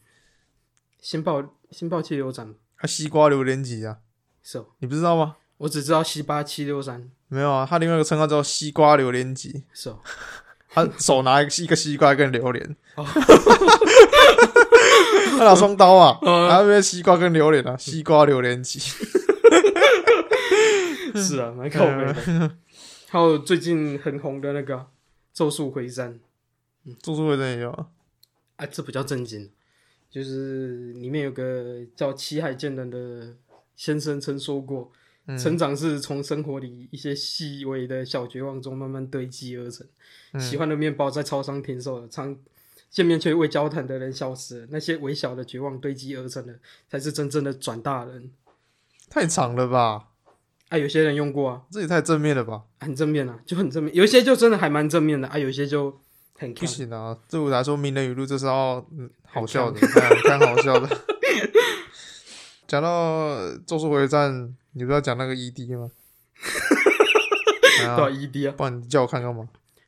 B: 先爆先爆气流斩，
A: 啊，西瓜榴莲集啊，
B: 是哦，
A: 你不知道吗？
B: 我只知道西八七六三，
A: 没有啊，他另外一个称号叫西瓜榴莲集，
B: 是哦，
A: 他手拿一个西瓜跟榴莲，
B: 哦
A: 他拿双刀啊，
B: 嗯
A: 他那边西瓜跟榴莲啊，西瓜榴莲集。
B: <laughs> 是啊，蛮靠背的。 <laughs> 还有最近很红的那个《咒术回战》。
A: 咒术回战也有啊，
B: 啊，这比较正经，就是里面有个叫七海健人的先生曾说过，成长是从生活里一些细微的小绝望中慢慢堆积而成。喜欢的面包在超商停售了，常见面却未交谈的人消失了，那些微小的绝望堆积而成的，才是真正的转大人。
A: 太长了吧？
B: 啊，有些人用过啊，
A: 这也太正面了吧？
B: 很正面啊，就很正面，有一些就真的还蛮正面的啊，有一些就很
A: 不
B: c
A: 行啊，对我来说，名人语录就是要、嗯、好笑的， <laughs> 看好笑的。讲到呃《咒术回战》，你不是要讲那个 ED <laughs> 吗？哎呀
B: 到 ED 啊。
A: 不然你叫我看干嘛？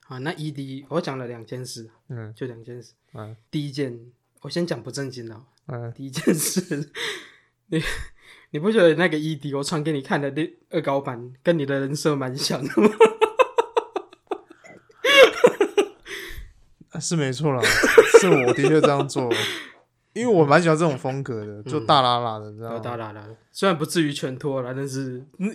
B: 啊，那 ED 我讲了两件事，
A: 嗯，
B: 就两件事。
A: 哎
B: 第一件，我先讲不正经的好了。哦
A: 哎，
B: 第一件事，你你不觉得那个 ED 我传给你看的那恶搞版跟你的人设蛮像的吗？
A: 啊是没错啦， <laughs> 是我的确这样做，因为我蛮喜欢这种风格的，就嗯大拉拉的，你知
B: <laughs>
A: 道
B: 有打
A: 吗？
B: 打打，虽然不至于全脱了，但是嗯，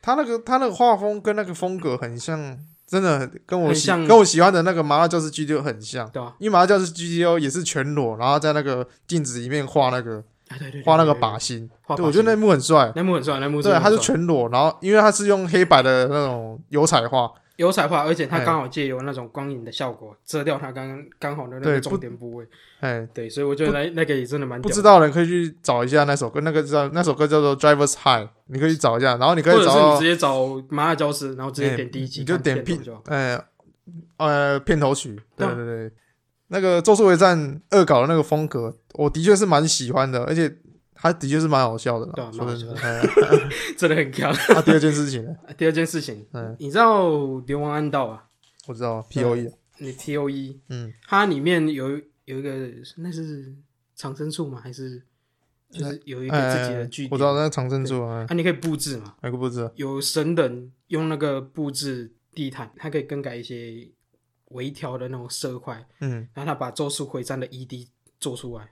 A: 他那个他那个画风跟那个风格很像，真的很跟我
B: 很
A: 喜
B: 像
A: 跟我喜欢的那个麻辣教师 G T O 很像。
B: 对吧？
A: 因为马上教师 GTO 也是全裸，然后在那个镜子里面画那个
B: 啊，对对，对
A: 画那个，
B: 对
A: 靶心，
B: 画靶
A: 对我觉得那幕很帅
B: 对。那幕很帅，那幕真
A: 对，
B: 的
A: 他是
B: 很帅
A: 全裸，然后因为他是用黑白的那种油彩画，
B: 有彩画，而且它
A: 哎
B: 刚好借由那种光影的效果遮掉它刚刚刚好的那
A: 对
B: 个
A: 不
B: 重点部位，
A: 哎，
B: 对，所以我觉得那那个也真的蛮
A: 不
B: 屌
A: 知
B: 的，
A: 道的人可以去找一下那首歌，那个叫那首歌叫做《Driver's High》，你可以去找一下，然后你可
B: 或
A: 以
B: 者
A: 找
B: 是你
A: 到
B: 直，接找麻辣教师，然后直接
A: 哎
B: 点第一集，
A: 你就
B: 看
A: 点
B: 片
A: 片
B: 头就好，
A: 哎，呃，片头曲，对
B: 对啊
A: 对对，那个《咒术回战》恶搞的那个风格，我的确是蛮喜欢的，而且他的确是蛮好笑的
B: 对啊
A: 啦，
B: 蛮好
A: 说
B: 笑
A: 真
B: 的
A: 的。哎
B: <laughs>
A: <laughs>
B: 真的很强。
A: 啊，第二件事情呢，
B: 第二件事情，
A: 嗯
B: 你知道流亡暗道啊？
A: 我知道
B: 对
A: P O E，
B: 你 T O E，
A: 嗯。
B: 它里面有有一个那是长生术吗？还是就是有一个自己的据点？
A: 哎我知道那个长生柱啊，
B: 啊，你可以布置嘛？
A: 那个不知
B: 有神人用那个布置地毯，它可以更改一些微调的那种色块，
A: 嗯，
B: 然后他把咒术回战的 ED 做出来，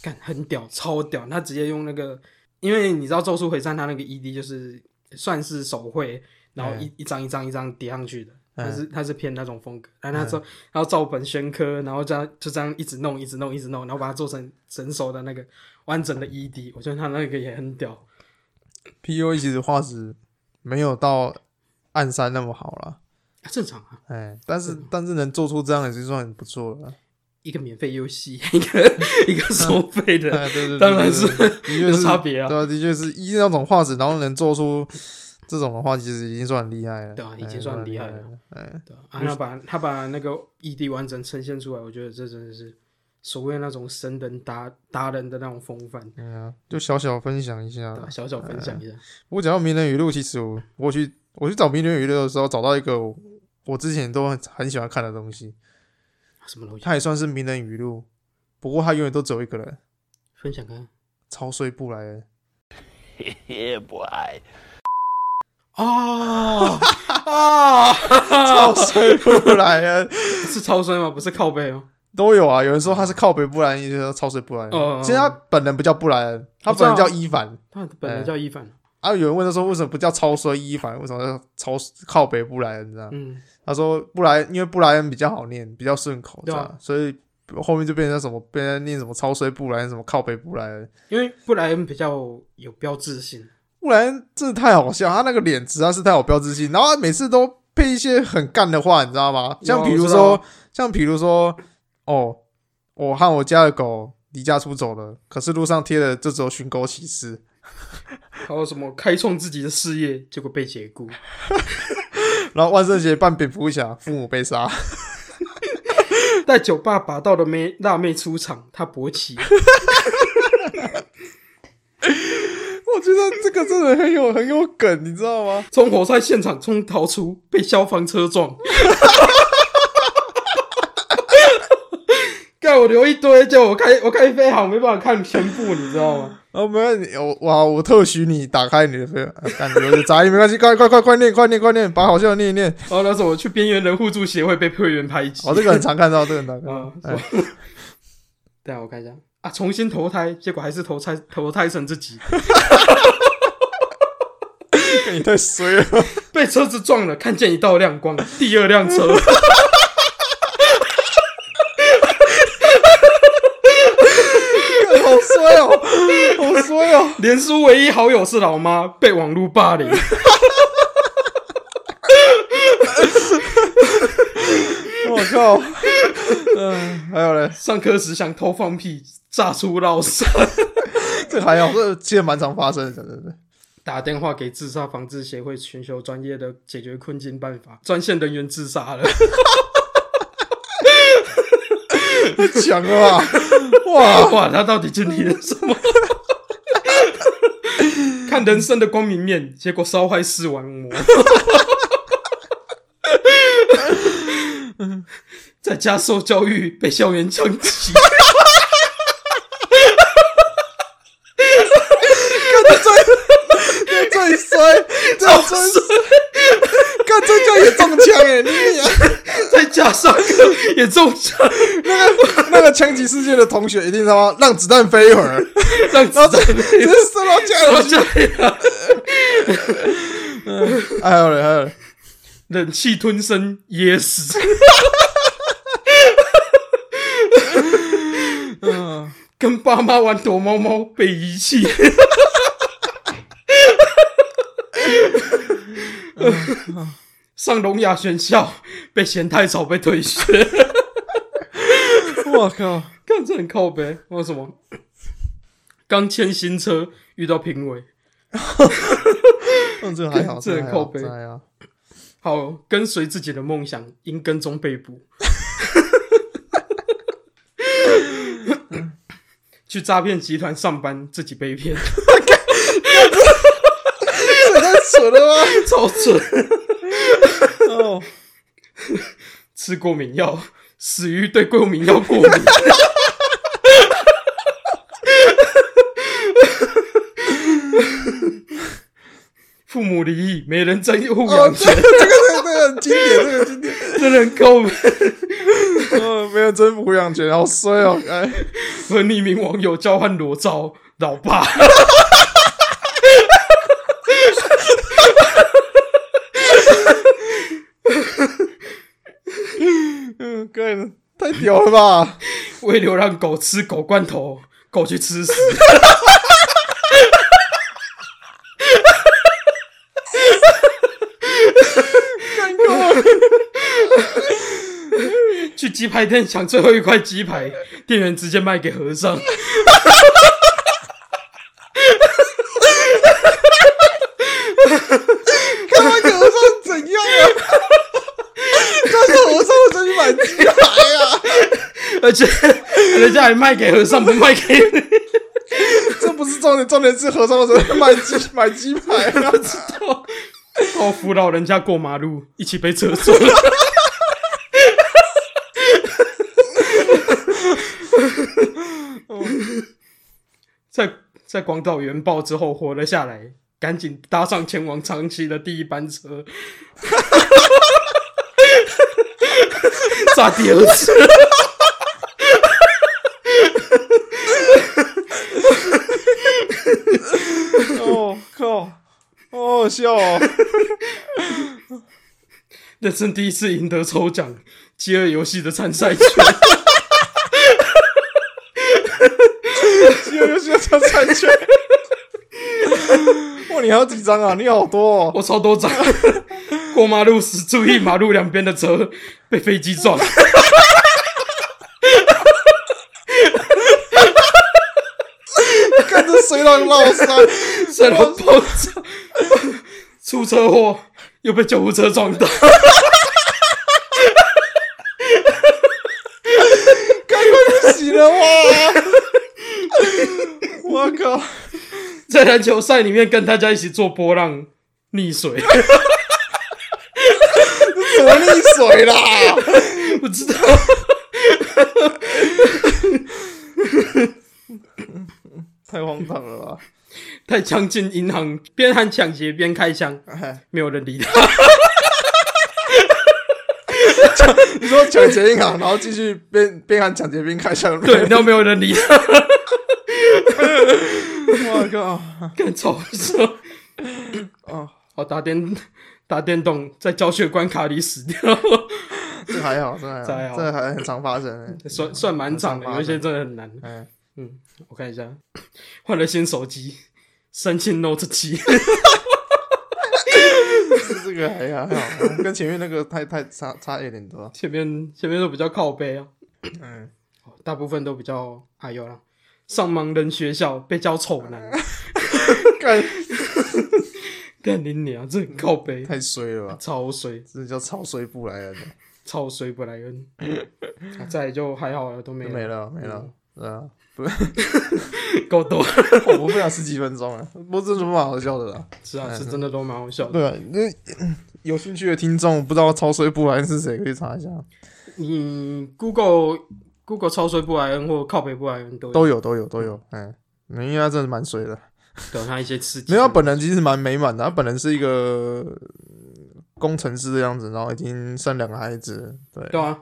B: 干很屌，超屌！他直接用那个，因为你知道咒术回战它那个 ED 就是算是手绘，然
A: 哎
B: 后一、一张一张一张叠上去的，它是它是偏那种风格。然后他说，然后照本宣科，然后这样就这样一直弄，一直弄，一直弄，然后把它做成整首的那个完整的 ED，我觉得他那个也很屌。
A: P U E 其实画质没有到暗山那么好了，
B: 啊正常啊，
A: 哎，但是但是能做出这样也是算很不错了，
B: 一个免费游戏，一个一个收费的，
A: 哎对对对，
B: 当然是
A: 对对对的确
B: 有
A: 是
B: 差别啊
A: 对啊，的确是一那种画质，然后能做出这种的话，其实已经算很厉害了，
B: 对啊
A: 哎
B: 已经算很厉害了，
A: 哎，
B: 对啊，他把他把那个异地完整呈现出来，我觉得这真的是所谓那种神人达达人的那种风范，
A: 哎呀，就小小分享一下
B: 对，吧？小小分享一下，
A: 我讲到名人语录，其实我我去我去找名人语录的时候，找到一个我我之前都很很喜欢看的东西，
B: 啊什么东西
A: 它也算是名人语录，不过它永远都只有一个人，
B: 分享啊看看
A: 超碎布莱恩。
D: <laughs> Yeah, boy.
B: 哦 <laughs> 啊，
A: 超碎布莱恩，
B: 是超声吗？不是靠背哦，
A: 都有啊。有人说他是靠北布莱恩，有人说超水布莱恩。
B: 哦
A: 其实他本人不叫布莱恩，他
B: 我知道
A: 本人叫伊凡。
B: 他本来叫伊凡，
A: 啊，有人问他说为什么不叫超衰伊凡，为什么叫超靠北布莱恩这样？
B: 嗯，
A: 他说布莱因为布莱恩比较好念，比较顺口这
B: 对啊
A: 样，所以后面就变成什么变成念什么超衰布莱恩，什么靠北布莱恩。
B: 因为布莱恩比较有标志性，
A: 布莱恩真的太好笑，他那个脸实在是太有标志性，然后他每次都配一些很干的话，你知道吗？
B: 有啊
A: 像比如
B: 我
A: 说
B: 知，
A: 像比如说，哦，我和我家的狗离家出走了，可是路上贴的这只有寻狗启事。
B: 还有什么开创自己的事业，结果被解雇，
A: 然后万圣节扮蝙蝠侠，父母被杀。
B: 在酒吧把到的妹辣妹出场，她勃起，
A: <laughs> 我觉得这个真的很有很有梗，你知道吗？
B: 从火灾现场冲逃出，被消防车撞。干我留一堆，结果我开我开飞航没办法看全部，你知道吗？
A: 哦，没问题，我哇，我特许你打开你的飞，啊干你有杂音没关系，快快快快念，快念快念，把好笑的念一念。
B: 然后哦那时候我去边缘人互助协会被会员排挤。
A: 哦，这个很常看到，这个很常 <laughs> 看到。
B: 啊，是吧 <laughs> 对啊，我看一下啊，重新投胎，结果还是投胎投胎成自己，
A: 你太衰了。
B: 被车子撞了，看见一道亮光，第二辆车，
A: 干好衰哦，好衰哦！
B: 连输唯一好友是老妈，被网络霸凌。
A: 我靠，嗯，还有嘞，
B: 上课时想偷放屁，炸出闹声。
A: 这个还好，这个其实蛮常发生的，对对对。
B: 打电话给自杀防治协会，寻求专业的解决困境办法。专线人员自杀了，
A: 太强了吧？哇，
B: 哇，他到底经历了什么？看人生的光明面，结果烧坏视网膜。在家受教育，被校园枪击。
A: 最衰，这最衰，看这叫也中枪哎！你你
B: 在家上课也中枪，
A: 那个枪击世界的同学一定他妈让子弹飞一会儿，
B: 让
A: 然后再
B: 子弹
A: 直接射到家
B: 烧
A: 里去。
B: 下 <laughs> 来了。
A: 还有嘞，还有嘞，
B: 忍气吞声噎死。 <laughs>
A: 嗯，
B: 跟爸妈玩躲猫猫被遗弃， <laughs> 上聋哑学校被嫌太吵被退学，
A: 我靠，
B: 看这很靠背。还有什么？刚签新车遇到评委，
A: 嗯，这个还好，
B: 这
A: 这个
B: 很
A: 还
B: 靠
A: 好，
B: 背
A: 这个还好。
B: 好跟随自己的梦想，因跟踪被捕， <laughs> 去诈骗集团上班，自己被骗，
A: 这也太扯了吧！
B: 超蠢。
A: 哦，
B: 吃过敏药，死于对过敏药过敏。 <laughs> 父母离异，没人照顾
A: 哦
B: 养
A: 这个这
B: 权，
A: 个这个很经典，这个很经典。
B: 真的很够。
A: <laughs> 嗯，没有征服养权，好衰哦！哎，
B: 和匿名网友交换裸照，老爸。
A: 嗯，可以了，太屌了吧！
B: 喂流浪狗吃狗罐头，狗去吃屎。去鸡排店抢最后一块鸡排，店员直接卖给和尚。
A: 看那个和尚怎样 <laughs> 啊？看那和尚怎去买鸡排啊？
B: 而且人家还卖给和尚，不卖给你。
A: 这不是重点，重点是和尚怎么买鸡买鸡排啊？
B: <laughs> 哦，扶老人家过马路，一起被车撞。 <laughs> 在在广岛原爆之后活了下来，赶紧搭上前往长崎的第一班车，炸第二次。
A: 我哦靠，好好笑哦！
B: 人生第一次赢得抽奖《饥饿游戏》的参赛权，
A: 饥饿游戏要参赛券。哇，你还有几张啊？你好多哦！
B: 我超多张。 <laughs> 过马路时注意马路两边的车被飞机撞。
A: 看这水浪绕山，
B: 神龙爆炸，出车祸又被救护车撞到，
A: 看快不行了哇！ <laughs> 我靠，
B: 在篮球赛里面跟大家一起做波浪溺水， <laughs>
A: 怎么溺水啦？
B: 不知道。
A: <laughs> 太荒唐了吧！
B: 太将近银行，边喊抢劫边开枪，
A: 哎，
B: 没有人理他。
A: 你说抢劫银行，然后继续边 <laughs> 边喊抢劫边开枪，
B: 对，然后没有人理他，
A: 我靠，
B: 更丑说
A: 哦，
B: 我打电打电动，在教学关卡里死掉，
A: <laughs>
B: <laughs>
A: 这还好，这还好，
B: 这还好
A: 这还很常发生欸
B: 算算蛮长的，有一些真的很难。
A: 哎，
B: 嗯，我看一下，换了新手机，三星 Note 七，
A: 这个还好，还好跟前面那个太太差差一点多。
B: <laughs> 前面前面都比较靠背啊。
A: 嗯，
B: 大部分都比较哎呦啦，上盲人学校被叫丑男，
A: 干
B: 干你娘，这很靠背，
A: <laughs> 太衰了吧！
B: 超衰，
A: 这叫超衰布莱恩，
B: 超衰布莱恩。啊再来就还好了，都没
A: 嗯没
B: 有
A: 了没了，对啊，不，
B: 够多了，
A: 我们不了十几分钟了，不过这有什么好笑的啦？
B: 是啊，是真的都蛮好笑的。
A: 对啊，那 <coughs> 有兴趣的听众不知道超衰布莱恩是谁，可以查一下，
B: 你 Google Google 超衰布莱恩或靠北布莱恩都
A: 都
B: 有
A: 有都有都有，哎，因为他真的蛮衰的。
B: 给他一些刺激。
A: 没有，他本人其实蛮美满的，他本人是一个嗯工程师的样子，然后已经生两个孩子，对，
B: 对啊，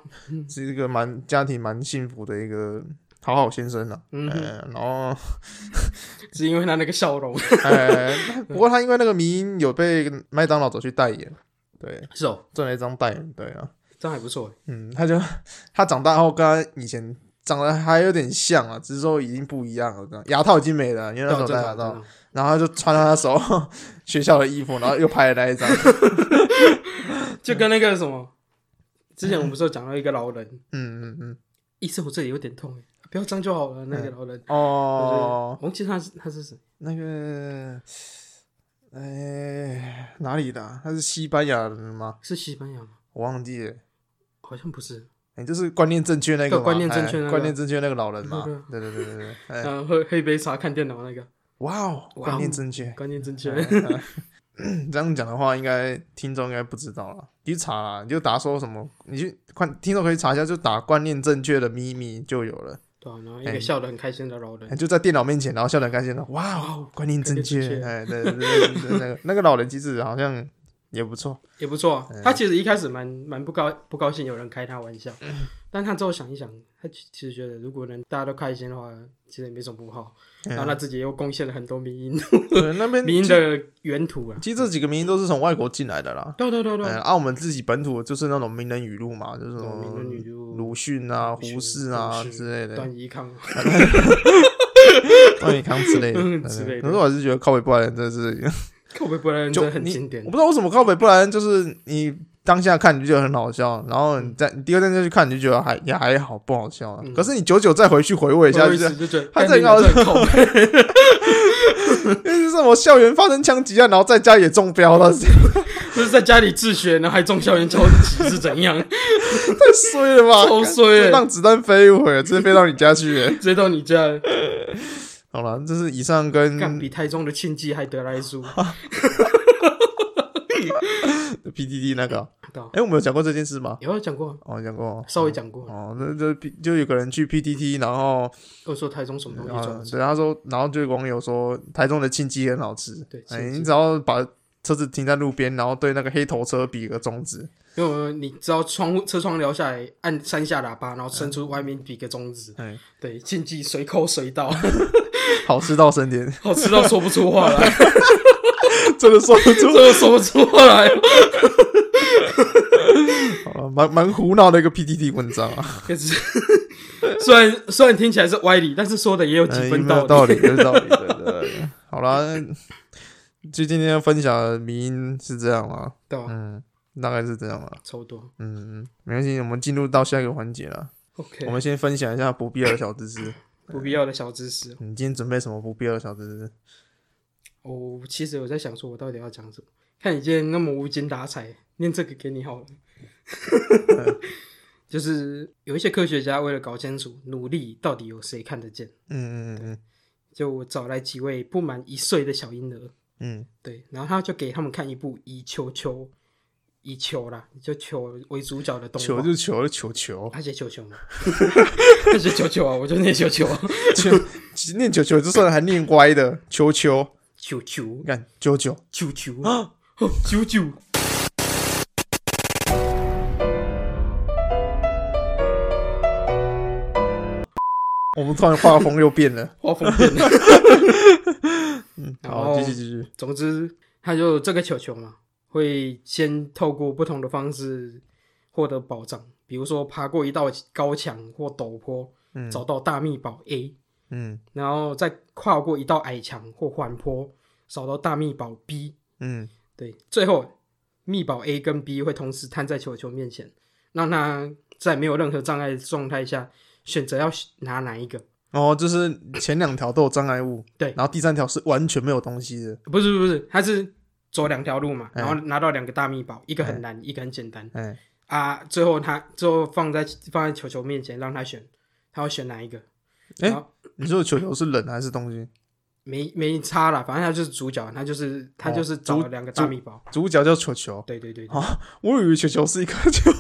A: 是一个蛮家庭蛮幸福的一个好好先生啊。
B: 嗯哼
A: 呃然后，
B: 是因为他那个笑容
A: 呃， <laughs> 不过他因为那个迷因有被麦当劳走去代言，对，
B: 是哦，
A: 赚了一张代言，对啊，
B: 这样还不错。
A: 嗯，他就他长大后跟他以前长得还有点像啊，只是说已经不一样了，这样牙套已经没了，因为那
B: 对
A: 时
B: 啊
A: 候
B: 正
A: 戴牙
B: 常
A: 套
B: 正，常
A: 然后他就穿他那时候 <laughs> 学校的衣服，然后又拍了那一张，
B: 就跟那个什么，嗯之前我们不是有讲到一个老人，
A: 嗯嗯嗯。
B: 医生，我这里有点痛，欸不要这样就好了。那个老人，
A: 哦，
B: 我忘记他是他是谁，
A: 那个，哎、哪里的啊、他是西班牙人吗？
B: 是西班牙吗？
A: 我忘记了。
B: 好像不是。
A: 哎、就是观念正确那个
B: 对
A: 嘛
B: 观念正确
A: 哎
B: 那个
A: 观念正确那个老人嘛
B: 对。
A: 对对对对对。
B: <laughs>
A: 哎、
B: 嗯，喝黑杯茶看电脑那个，
A: 哇哦，
B: 哇哦
A: 观念正确。
B: 观念正确。 <laughs>
A: 嗯这样讲的话，应该听众应该不知道了。你去查啦，你就打说什么，你去看听众可以查一下，就打观念正确的秘密就有了。
B: 对啊，然后一个笑得很开心的老
A: 哎
B: 人，
A: 就在电脑面前，然后笑得很开心的，哇哦，观念正
B: 观念
A: 确。
B: 正确
A: 哎，对对对对，对那个那个老人其实好像也不错。
B: 也不错啊。他其实一开始蛮蛮不高不高兴，有人开他玩笑，但他之后想一想，他其其实觉得如果能大家都开心的话，其实也没什么不好。然后他自己又贡献了很多民音，
A: 对，那边
B: 民音的原图啊。
A: 其实这几个名都是从外国进来的啦。
B: 对对对对哦
A: 嗯，，啊，我们自己本土就是那种名人语录嘛，就是什
B: 对名
A: 么
B: 人语录
A: 鲁迅啊、胡适啊
B: 胡适
A: 之类的，
B: 段宜康，
A: 段宜康之类的
B: 嗯
A: 对
B: 之类的
A: 可是我还是觉得靠北布莱恩真的是，
B: 靠北不然真
A: 就
B: 的很
A: 你
B: 经典
A: 我。不知道为什么靠北布莱恩就是你当下看你就觉得很好笑，然后你在你第二天再去看你就觉得还也还好，不好笑啊。
B: 嗯
A: 可是你久久再回去回味一下，
B: 我
A: 就
B: 一
A: 是
B: 直就觉得
A: 他
B: 干
A: 这
B: 你
A: 个
B: 娘
A: 好
B: 真的很
A: <laughs>
B: 靠北。
A: 就是什么校园发生枪击案，然后在家也中标了， <laughs> 太
B: 就是在家里自学，然后还中校园交集是
A: <laughs>
B: 怎样？
A: 衰了吧，
B: 超衰欸
A: 让子弹飞一会儿，直接飞到你家去欸。 <laughs>
B: 直接到你家，
A: 好了，这是以上跟
B: 干比台中的庆记还得
A: <laughs>
B: 来输。
A: PDD 那个啊，
B: 到
A: 哎、我们有讲过这件事吗？
B: 有讲过，
A: 哦，讲过哦。
B: 稍微讲过。
A: 哦，那就就有个人去 PTT，然后
B: 我说台中什么东西
A: 呃
B: 转
A: 对他说，然后就有网友说台中的庆记很好吃，
B: 对
A: 哎、
B: 庆记
A: 你只要把车子停在路边，然后对那个黑头车比个中指。
B: 因为我们你知道窗户车窗撩下来，按三下喇叭，然后伸出外面比个中
A: <laughs>
B: 指，
A: 哎，
B: 对，禁忌随口
A: <laughs>
B: 随到，
A: 好吃到升天，
B: 好吃到说不出话来，
A: <laughs> 真的说不
B: 真
A: 出，
B: 的说不出话
A: <laughs>
B: 来。
A: 好了蛮蛮胡闹的一个 PTT 文章啊，
B: 可是 <laughs> 虽然虽然听起来是歪理，但是说的也有几
A: 哎
B: 分
A: 有
B: 道
A: 道理，有道理，对对 <laughs> 对。好啦，就今天分享的迷音是这样啦，
B: 对吧？
A: 嗯，大概是这样啦，
B: 差不多。
A: 嗯，嗯，没关系，我们进入到下一个环节了。
B: OK，
A: 我们先分享一下不必要的小知识。
B: 不必要的小知识。
A: 你今天准备什么不必要的小知识？
B: 我哦其实有在想，说我到底要讲什么。看你今天那么无精打采，念这个给你好了。
A: 嗯
B: <laughs> 就是有一些科学家为了搞清楚努力到底有谁看得见，
A: 嗯嗯嗯
B: 就我找来几位不满一岁的小婴儿，
A: 嗯
B: 对，然后他就给他们看一部以球球以球啦，就球为主角的
A: 嗯，
B: 动画，
A: 球就球，球球， <laughs>
B: 他写球球嘛， <laughs> 他写球球啊，我就念球球啊，
A: 球念球球就算了，还念歪的，球球，
B: 球球
A: 你看九九，
B: 球球啊，哦球球。
A: 我们突然画风又变了。
B: 画风变了。嗯，然
A: <laughs> 好，哦
B: 后
A: 继续继续，
B: 总之，他就这个球球嘛，会先透过不同的方式获得宝藏，比如说爬过一道高墙或陡坡，
A: 嗯
B: 找到大秘宝 A，
A: 嗯
B: 然后再跨过一道矮墙或缓坡，找到大秘宝 B。
A: 嗯
B: 对，最后密宝 A 跟 B 会同时摊在球球面前，让他在没有任何障碍的状态下选择要拿哪一个。
A: 然后就是前两条都有障碍物，
B: 对
A: 然后第三条是完全没有东西的，
B: 不是不是，他是走两条路嘛，
A: 嗯
B: 然后拿到两个大秘宝，一个很难，一个很简单
A: 哎，
B: 啊。最后他最后放在放在球球面前让他选，他要选哪一个？
A: 哎
B: 然后
A: 你说的球球是人还是东西？
B: 没没差了，反正他就是主角，他就是他就是找了两个大秘宝。
A: 哦主角叫球球，
B: 对对对，对
A: 好我以为球球是一颗球，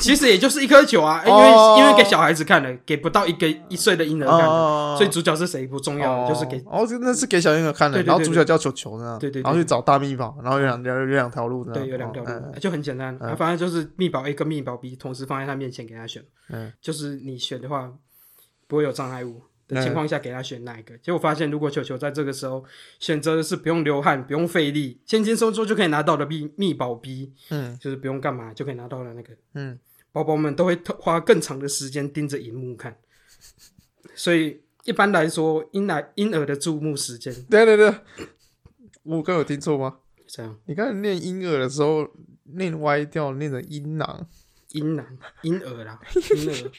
B: 其实也就是一颗球啊，因为、
A: 哦
B: 因为给小孩子看的，给不到一个一岁的婴儿看的，
A: 哦
B: 所以主角是谁不重要，
A: 哦
B: 就是给
A: 哦，这那是给小婴儿看的，
B: 对对
A: 然后
B: 对
A: 主
B: 对
A: 角叫球球呢，
B: 对对对嗯
A: 然后去找大秘宝，然后有两有两条路呢，
B: 对，有两条路，
A: 哦
B: 就很简单。啊反正就是密保 A 跟密保 B 同时放在他面前给他选，
A: 嗯，
B: 就是你选的话不会有障碍物的
A: 嗯
B: 情况下给他选哪一个。结果发现，如果球球在这个时候选择的是不用流汗、不用费力、轻轻松松就可以拿到的密密保 B，
A: 嗯
B: 就是不用干嘛就可以拿到的那个，
A: 嗯
B: 宝宝们都会特花更长的时间盯着荧幕看，所以。一般来说，婴儿婴儿的注目时间
A: 对对对，我刚有听错吗？
B: 这样，
A: 你看念婴儿的时候念歪掉，念成音囊，
B: 婴男、婴儿啦，婴儿。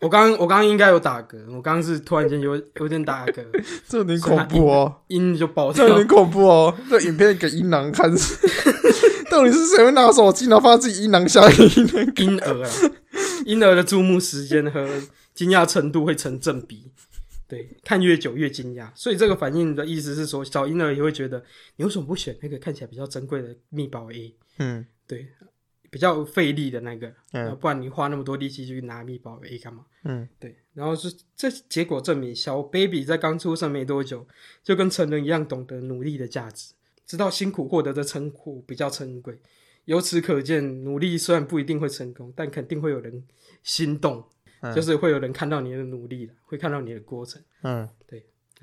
B: 我刚我刚应该有打嗝，我刚是突然间有有点打嗝，
A: 这有点恐怖哦，
B: 音就爆
A: 这
B: 掉
A: 有。点恐怖哦，这影片给音囊
B: <laughs>
A: 看，到底是谁会拿手机，然后放在自己音囊下面？音囊看
B: 婴儿啊，婴儿的注目时间和惊讶程度会成正比。对，看越久越惊讶，所以这个反应的意思是说，小婴儿也会觉得你为什么不选那个看起来比较珍贵的密宝 A？
A: 嗯
B: 对，比较费力的那个，
A: 嗯
B: 不然你花那么多力气去拿密宝 A 干嘛？
A: 嗯，
B: 对，然后是这结果证明，小 baby 在刚出生没多久，就跟成人一样懂得努力的价值，知道辛苦获得的成果比较珍贵。由此可见，努力虽然不一定会成功，但肯定会有人心动，
A: 嗯
B: 就是会有人看到你的努力了，会看到你的过程。
A: 嗯，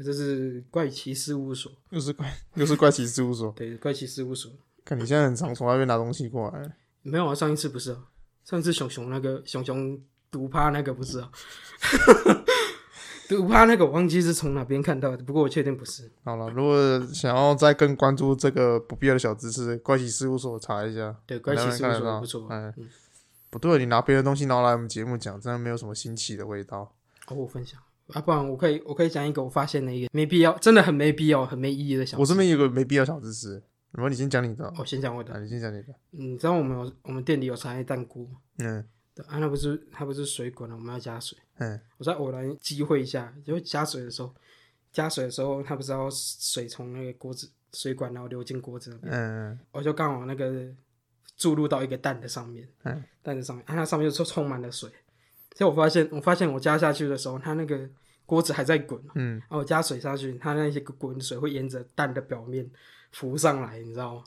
B: 这是怪奇事务所，
A: 又是怪又是怪奇事务所，
B: 对，怪奇事务所
A: 看你现在很常从外面拿东西过来。
B: 没有啊，上一次不是啊，上一次熊熊那个熊熊毒趴那个不 <laughs> 是啊，毒趴那个我忘记是从哪边看到的，不过我确定不是。
A: 好了，如果想要再更关注这个不必要的小知识，怪奇事务所查一下。
B: 对，关系事务所不错。
A: 嗯，
B: 嗯，
A: 不对，你拿别的东西拿来我们节目讲，真的没有什么新奇的味道。
B: 好，我分享啊，不然我可以我可以讲一个我发现的一个没必要，真的很没必要、很没意义的小事。
A: 我这边有个没必要小知识，然后你先讲你的，
B: 我先讲我
A: 啊，
B: 的，
A: 你先讲你的。
B: 你知道我们有我们店里有茶叶蛋菇吗，
A: 嗯
B: 对啊，那不是它不是水滚了，我们要加水。
A: 嗯
B: 我在偶然机会下，就加水的时候，加水的时候，它不是要水从那个锅子水管然后流进锅子那边，
A: 嗯
B: 我就刚好那个注入到一个蛋的上面，
A: 嗯
B: 蛋的上面，啊，它上面就充满了水。所以我发现，我发现我加下去的时候，它那个锅子还在滚，哦
A: 嗯，
B: 然后我加水下去，它那些滚水会沿着蛋的表面浮上来，你知道吗？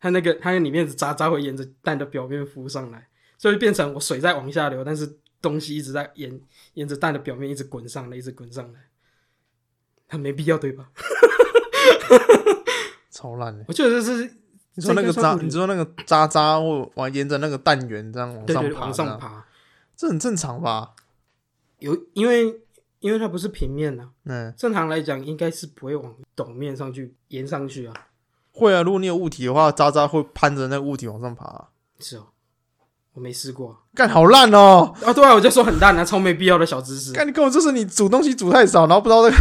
B: 它那个它那里面的渣渣会沿着蛋的表面浮上来，所以变成我水在往下流，但是东西一直在沿沿着蛋的表面一直滚上来，一直滚上来，很没必要对吧？
A: 超烂的。
B: 我觉得这是
A: 你说那个
B: 这应该算
A: 渣，
B: 物理
A: 你说那个渣渣或往沿着那个蛋圆这样往
B: 对
A: 上
B: 对
A: 爬，
B: 往上，爬，
A: 这很正常吧？
B: 有因为因为它不是平面啊，
A: 嗯，
B: 正常来讲应该是不会往陡面上去沿上去啊，
A: 会啊，如果你有物体的话，渣渣会攀着那个物体往上爬、啊
B: 是哦，我没试过啊。
A: 干好烂哦！
B: 啊，对啊，我就说很烂啊，超没必要的小知识。
A: 干你跟我就是你煮东西煮太少，然后不知道那个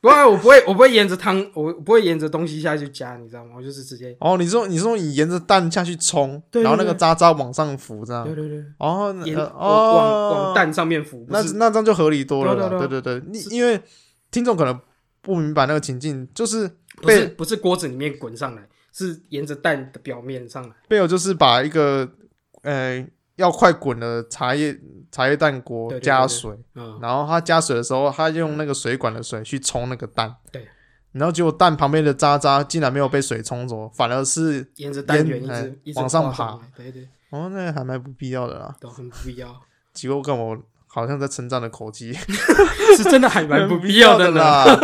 B: 不然我不会，我不会沿着汤，我不会沿着东西下去加，你知道吗？我就是直接，
A: 哦，你说你说你沿着蛋下去冲，
B: 对对
A: 然后那个
B: 对
A: 渣渣往上浮这样
B: 对，对对，
A: 哦那
B: 沿
A: 呃
B: 往
A: 哦
B: 往往蛋上面浮，不
A: 那
B: 是
A: 那这样就合理多了啦。
B: 对啊对
A: 对对，你因为听众可能不明白那个情境，就是
B: 不是
A: 贝
B: 不是锅子里面滚上来，是沿着蛋的表面上来。
A: 贝尔就是把一个呃要快滚的茶叶茶叶蛋锅
B: 对对对
A: 加
B: 对
A: 水，
B: 嗯，
A: 然后他加水的时候，他用那个水管的水去冲那个蛋，
B: 对，
A: 然后结果蛋旁边的渣渣竟然没有被水冲走，反而是
B: 沿着蛋圆一
A: 哎
B: 直一直
A: 往上
B: 挂
A: 爬
B: 来，对对，
A: 哦，那还蛮不必要的啦。
B: 都很不必
A: <laughs>
B: 要，
A: 结果跟我好像在称赞的口
B: <laughs>
A: 气，
B: 是真的还蛮不必要
A: 要
B: 的呢。
A: 啦。 <laughs>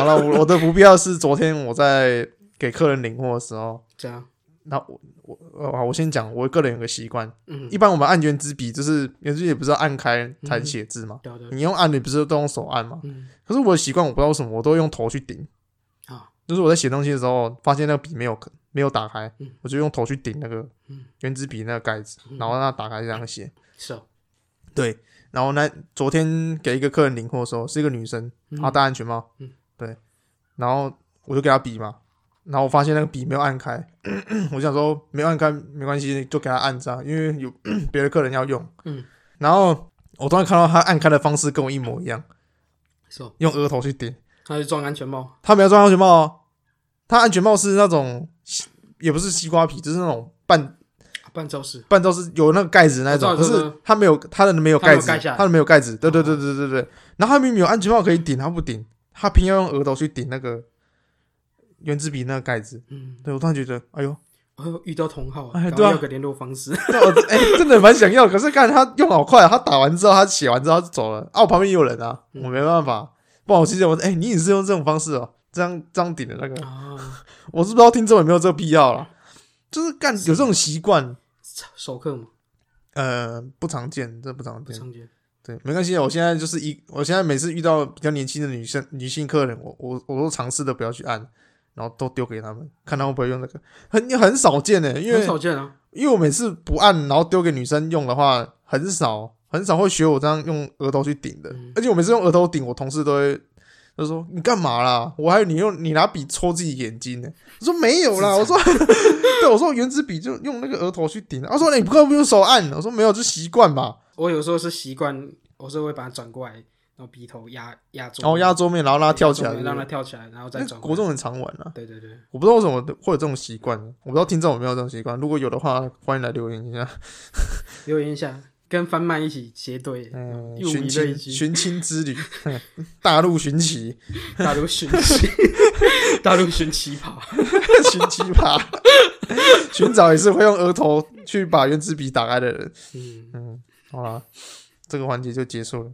A: 好了，我我的不必要是昨天我在给客人领货的时候，
B: 这样，
A: 那我我呃，好我先讲，我个人有个习惯，
B: 嗯，
A: 一般我们按圆珠笔就是圆珠笔不是要按开才写字嘛，
B: 对对，对
A: 你用按的不是都用手按嘛？
B: 嗯，
A: 可是我的习惯我不知道为什么，我都用头去顶。
B: 啊，
A: 就是我在写东西的时候，发现那个笔没有没有打开，
B: 嗯
A: 我就用头去顶那个
B: 嗯
A: 圆珠笔那个盖子，
B: 嗯
A: 然后让它打开这样写。
B: 是哦，
A: 对，然后呢，昨天给一个客人领货的时候，是一个女生，
B: 嗯
A: 她戴安全帽，
B: 嗯
A: 对，然后我就给她笔嘛，然后我发现那个笔没有按开， <coughs> 我想说没有按开没关系，就给她按着啊，因为有 <coughs> 别的客人要用，
B: 嗯，
A: 然后我突然看到她按开的方式跟我一模一样，
B: 是哦，
A: 用额头去顶，
B: 他就装安全帽，
A: 她没有装安全帽哦，她安全帽是那种西也不是西瓜皮，就是那种半
B: 啊半罩式，
A: 半罩是有那个盖子那种，
B: 我
A: 可
B: 知道
A: 是他没有他的没有
B: 他没
A: 盖
B: 有
A: 子
B: 盖下，来哦
A: 他的没有盖子，对对对对对对。然后他明明有安全帽可以顶，他不顶，他偏要用额头去顶那个圆珠笔那个盖子。
B: 嗯，
A: 对我突然觉得，哎呦， <laughs>
B: 哦，遇到同号，
A: 哎
B: 赶
A: 对啊
B: 快要个联络方式，
A: 那我哎、真的蛮想要，可是看他用好快啊，他打完之后，他写完之后他就走了啊，我旁边也有人啊，
B: 嗯
A: 我没办法，不然我记得我哎、你也是用这种方式哦、这样这样顶的那个，
B: 啊，
A: 我是不知道听众有没有这个必要啦，就是干有这种习惯，
B: 熟客嘛，
A: 呃，不常见，这不常
B: 不
A: 见。
B: 常见，
A: 对，没关系，啊我现在就是一，我现在每次遇到比较年轻的女生、女性客人，我我我都尝试的不要去按，然后都丢给他们，看他们会不会用那个，很很少见的，因
B: 很
A: 为
B: 少见啊，
A: 因为我每次不按，然后丢给女生用的话，很少很少会学我这样用额头去顶的，
B: 嗯
A: 而且我每次用额头顶，我同事都会就说你干嘛啦？我还有你用你拿笔戳自己眼睛呢、我说没有啦，我说 <laughs> 对，我说原子笔就用那个额头去顶，啊他说你不要不用手按，我说没有，就习惯吧。
B: 我有时候是习惯，我是会把它转过来，然后鼻头压压住，
A: 然哦后压桌面，然后让它跳起来，
B: 对让它
A: 对
B: 跳起来，然后
A: 不
B: 再
A: 对
B: 转
A: 那
B: 过
A: 国
B: 来。
A: 中很常玩啊，
B: 对对对，
A: 我不知道为什么会有这种习惯，我不知道听众有没有这种习惯。如果有的话，欢迎来留言一下。
B: 留言一下，跟番麦一起结对，
A: 嗯，
B: 用
A: 寻
B: 你的一
A: 亲
B: 起，
A: 寻亲之旅， <laughs> 大陆寻奇， <laughs>
B: 大陆寻奇，大陆寻奇葩，
A: 寻奇葩， <laughs> 寻找也是会用额头去把圆珠笔打开的人。
B: 嗯，
A: 嗯，好啦，这个环节就结束了。